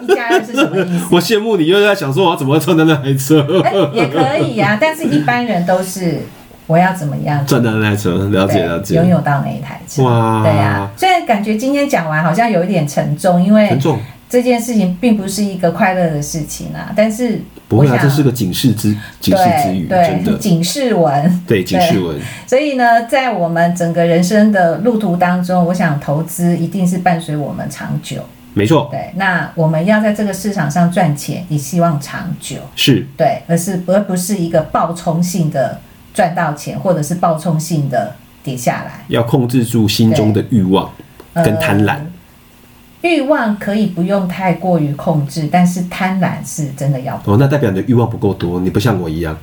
[SPEAKER 1] 一加二是什么意思？
[SPEAKER 2] 我羡慕你，又在想说我要怎么赚到那台车，
[SPEAKER 1] 哎， 也可以呀、但是一般人都是我要怎么样
[SPEAKER 2] 赚到那台车，了解
[SPEAKER 1] 对
[SPEAKER 2] 了解，
[SPEAKER 1] 拥有到那一台车。
[SPEAKER 2] 哇
[SPEAKER 1] 对呀、虽然感觉今天讲完好像有一点沉重，因为
[SPEAKER 2] 很重，
[SPEAKER 1] 这件事情并不是一个快乐的事情啊，但是
[SPEAKER 2] 不会
[SPEAKER 1] 我
[SPEAKER 2] 啊，
[SPEAKER 1] 想
[SPEAKER 2] 这是个警示之警示之语，
[SPEAKER 1] 对
[SPEAKER 2] 真
[SPEAKER 1] 对，
[SPEAKER 2] 的，
[SPEAKER 1] 警示文。
[SPEAKER 2] 对警示文，
[SPEAKER 1] 所以呢，在我们整个人生的路途当中，我想投资一定是伴随我们长久。
[SPEAKER 2] 没错，
[SPEAKER 1] 对，那我们要在这个市场上赚钱，也希望长久。
[SPEAKER 2] 是
[SPEAKER 1] 对，而是而不是一个暴冲性的赚到钱，或者是暴冲性的跌下来。
[SPEAKER 2] 要控制住心中的欲望
[SPEAKER 1] 呃
[SPEAKER 2] 跟贪婪，
[SPEAKER 1] 欲望可以不用太过于控制，但是贪婪是真的要。
[SPEAKER 2] 哦，那代表你的欲望不够多，你不像我一样，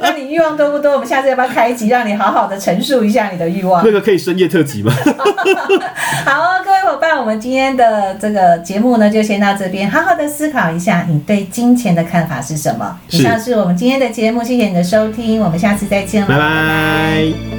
[SPEAKER 1] 那你欲望多不多？我们下次要不要开一集，让你好好的陈述一下你的欲望？
[SPEAKER 2] 那个可以深夜 特辑吗？
[SPEAKER 1] 好哦，各位伙伴，我们今天的这个节目呢，就先到这边。好好的思考一下，你对金钱的看法是什么？以
[SPEAKER 2] 是
[SPEAKER 1] 上是我们今天的节目，谢谢你的收听，我们下次再见了，
[SPEAKER 2] 拜拜。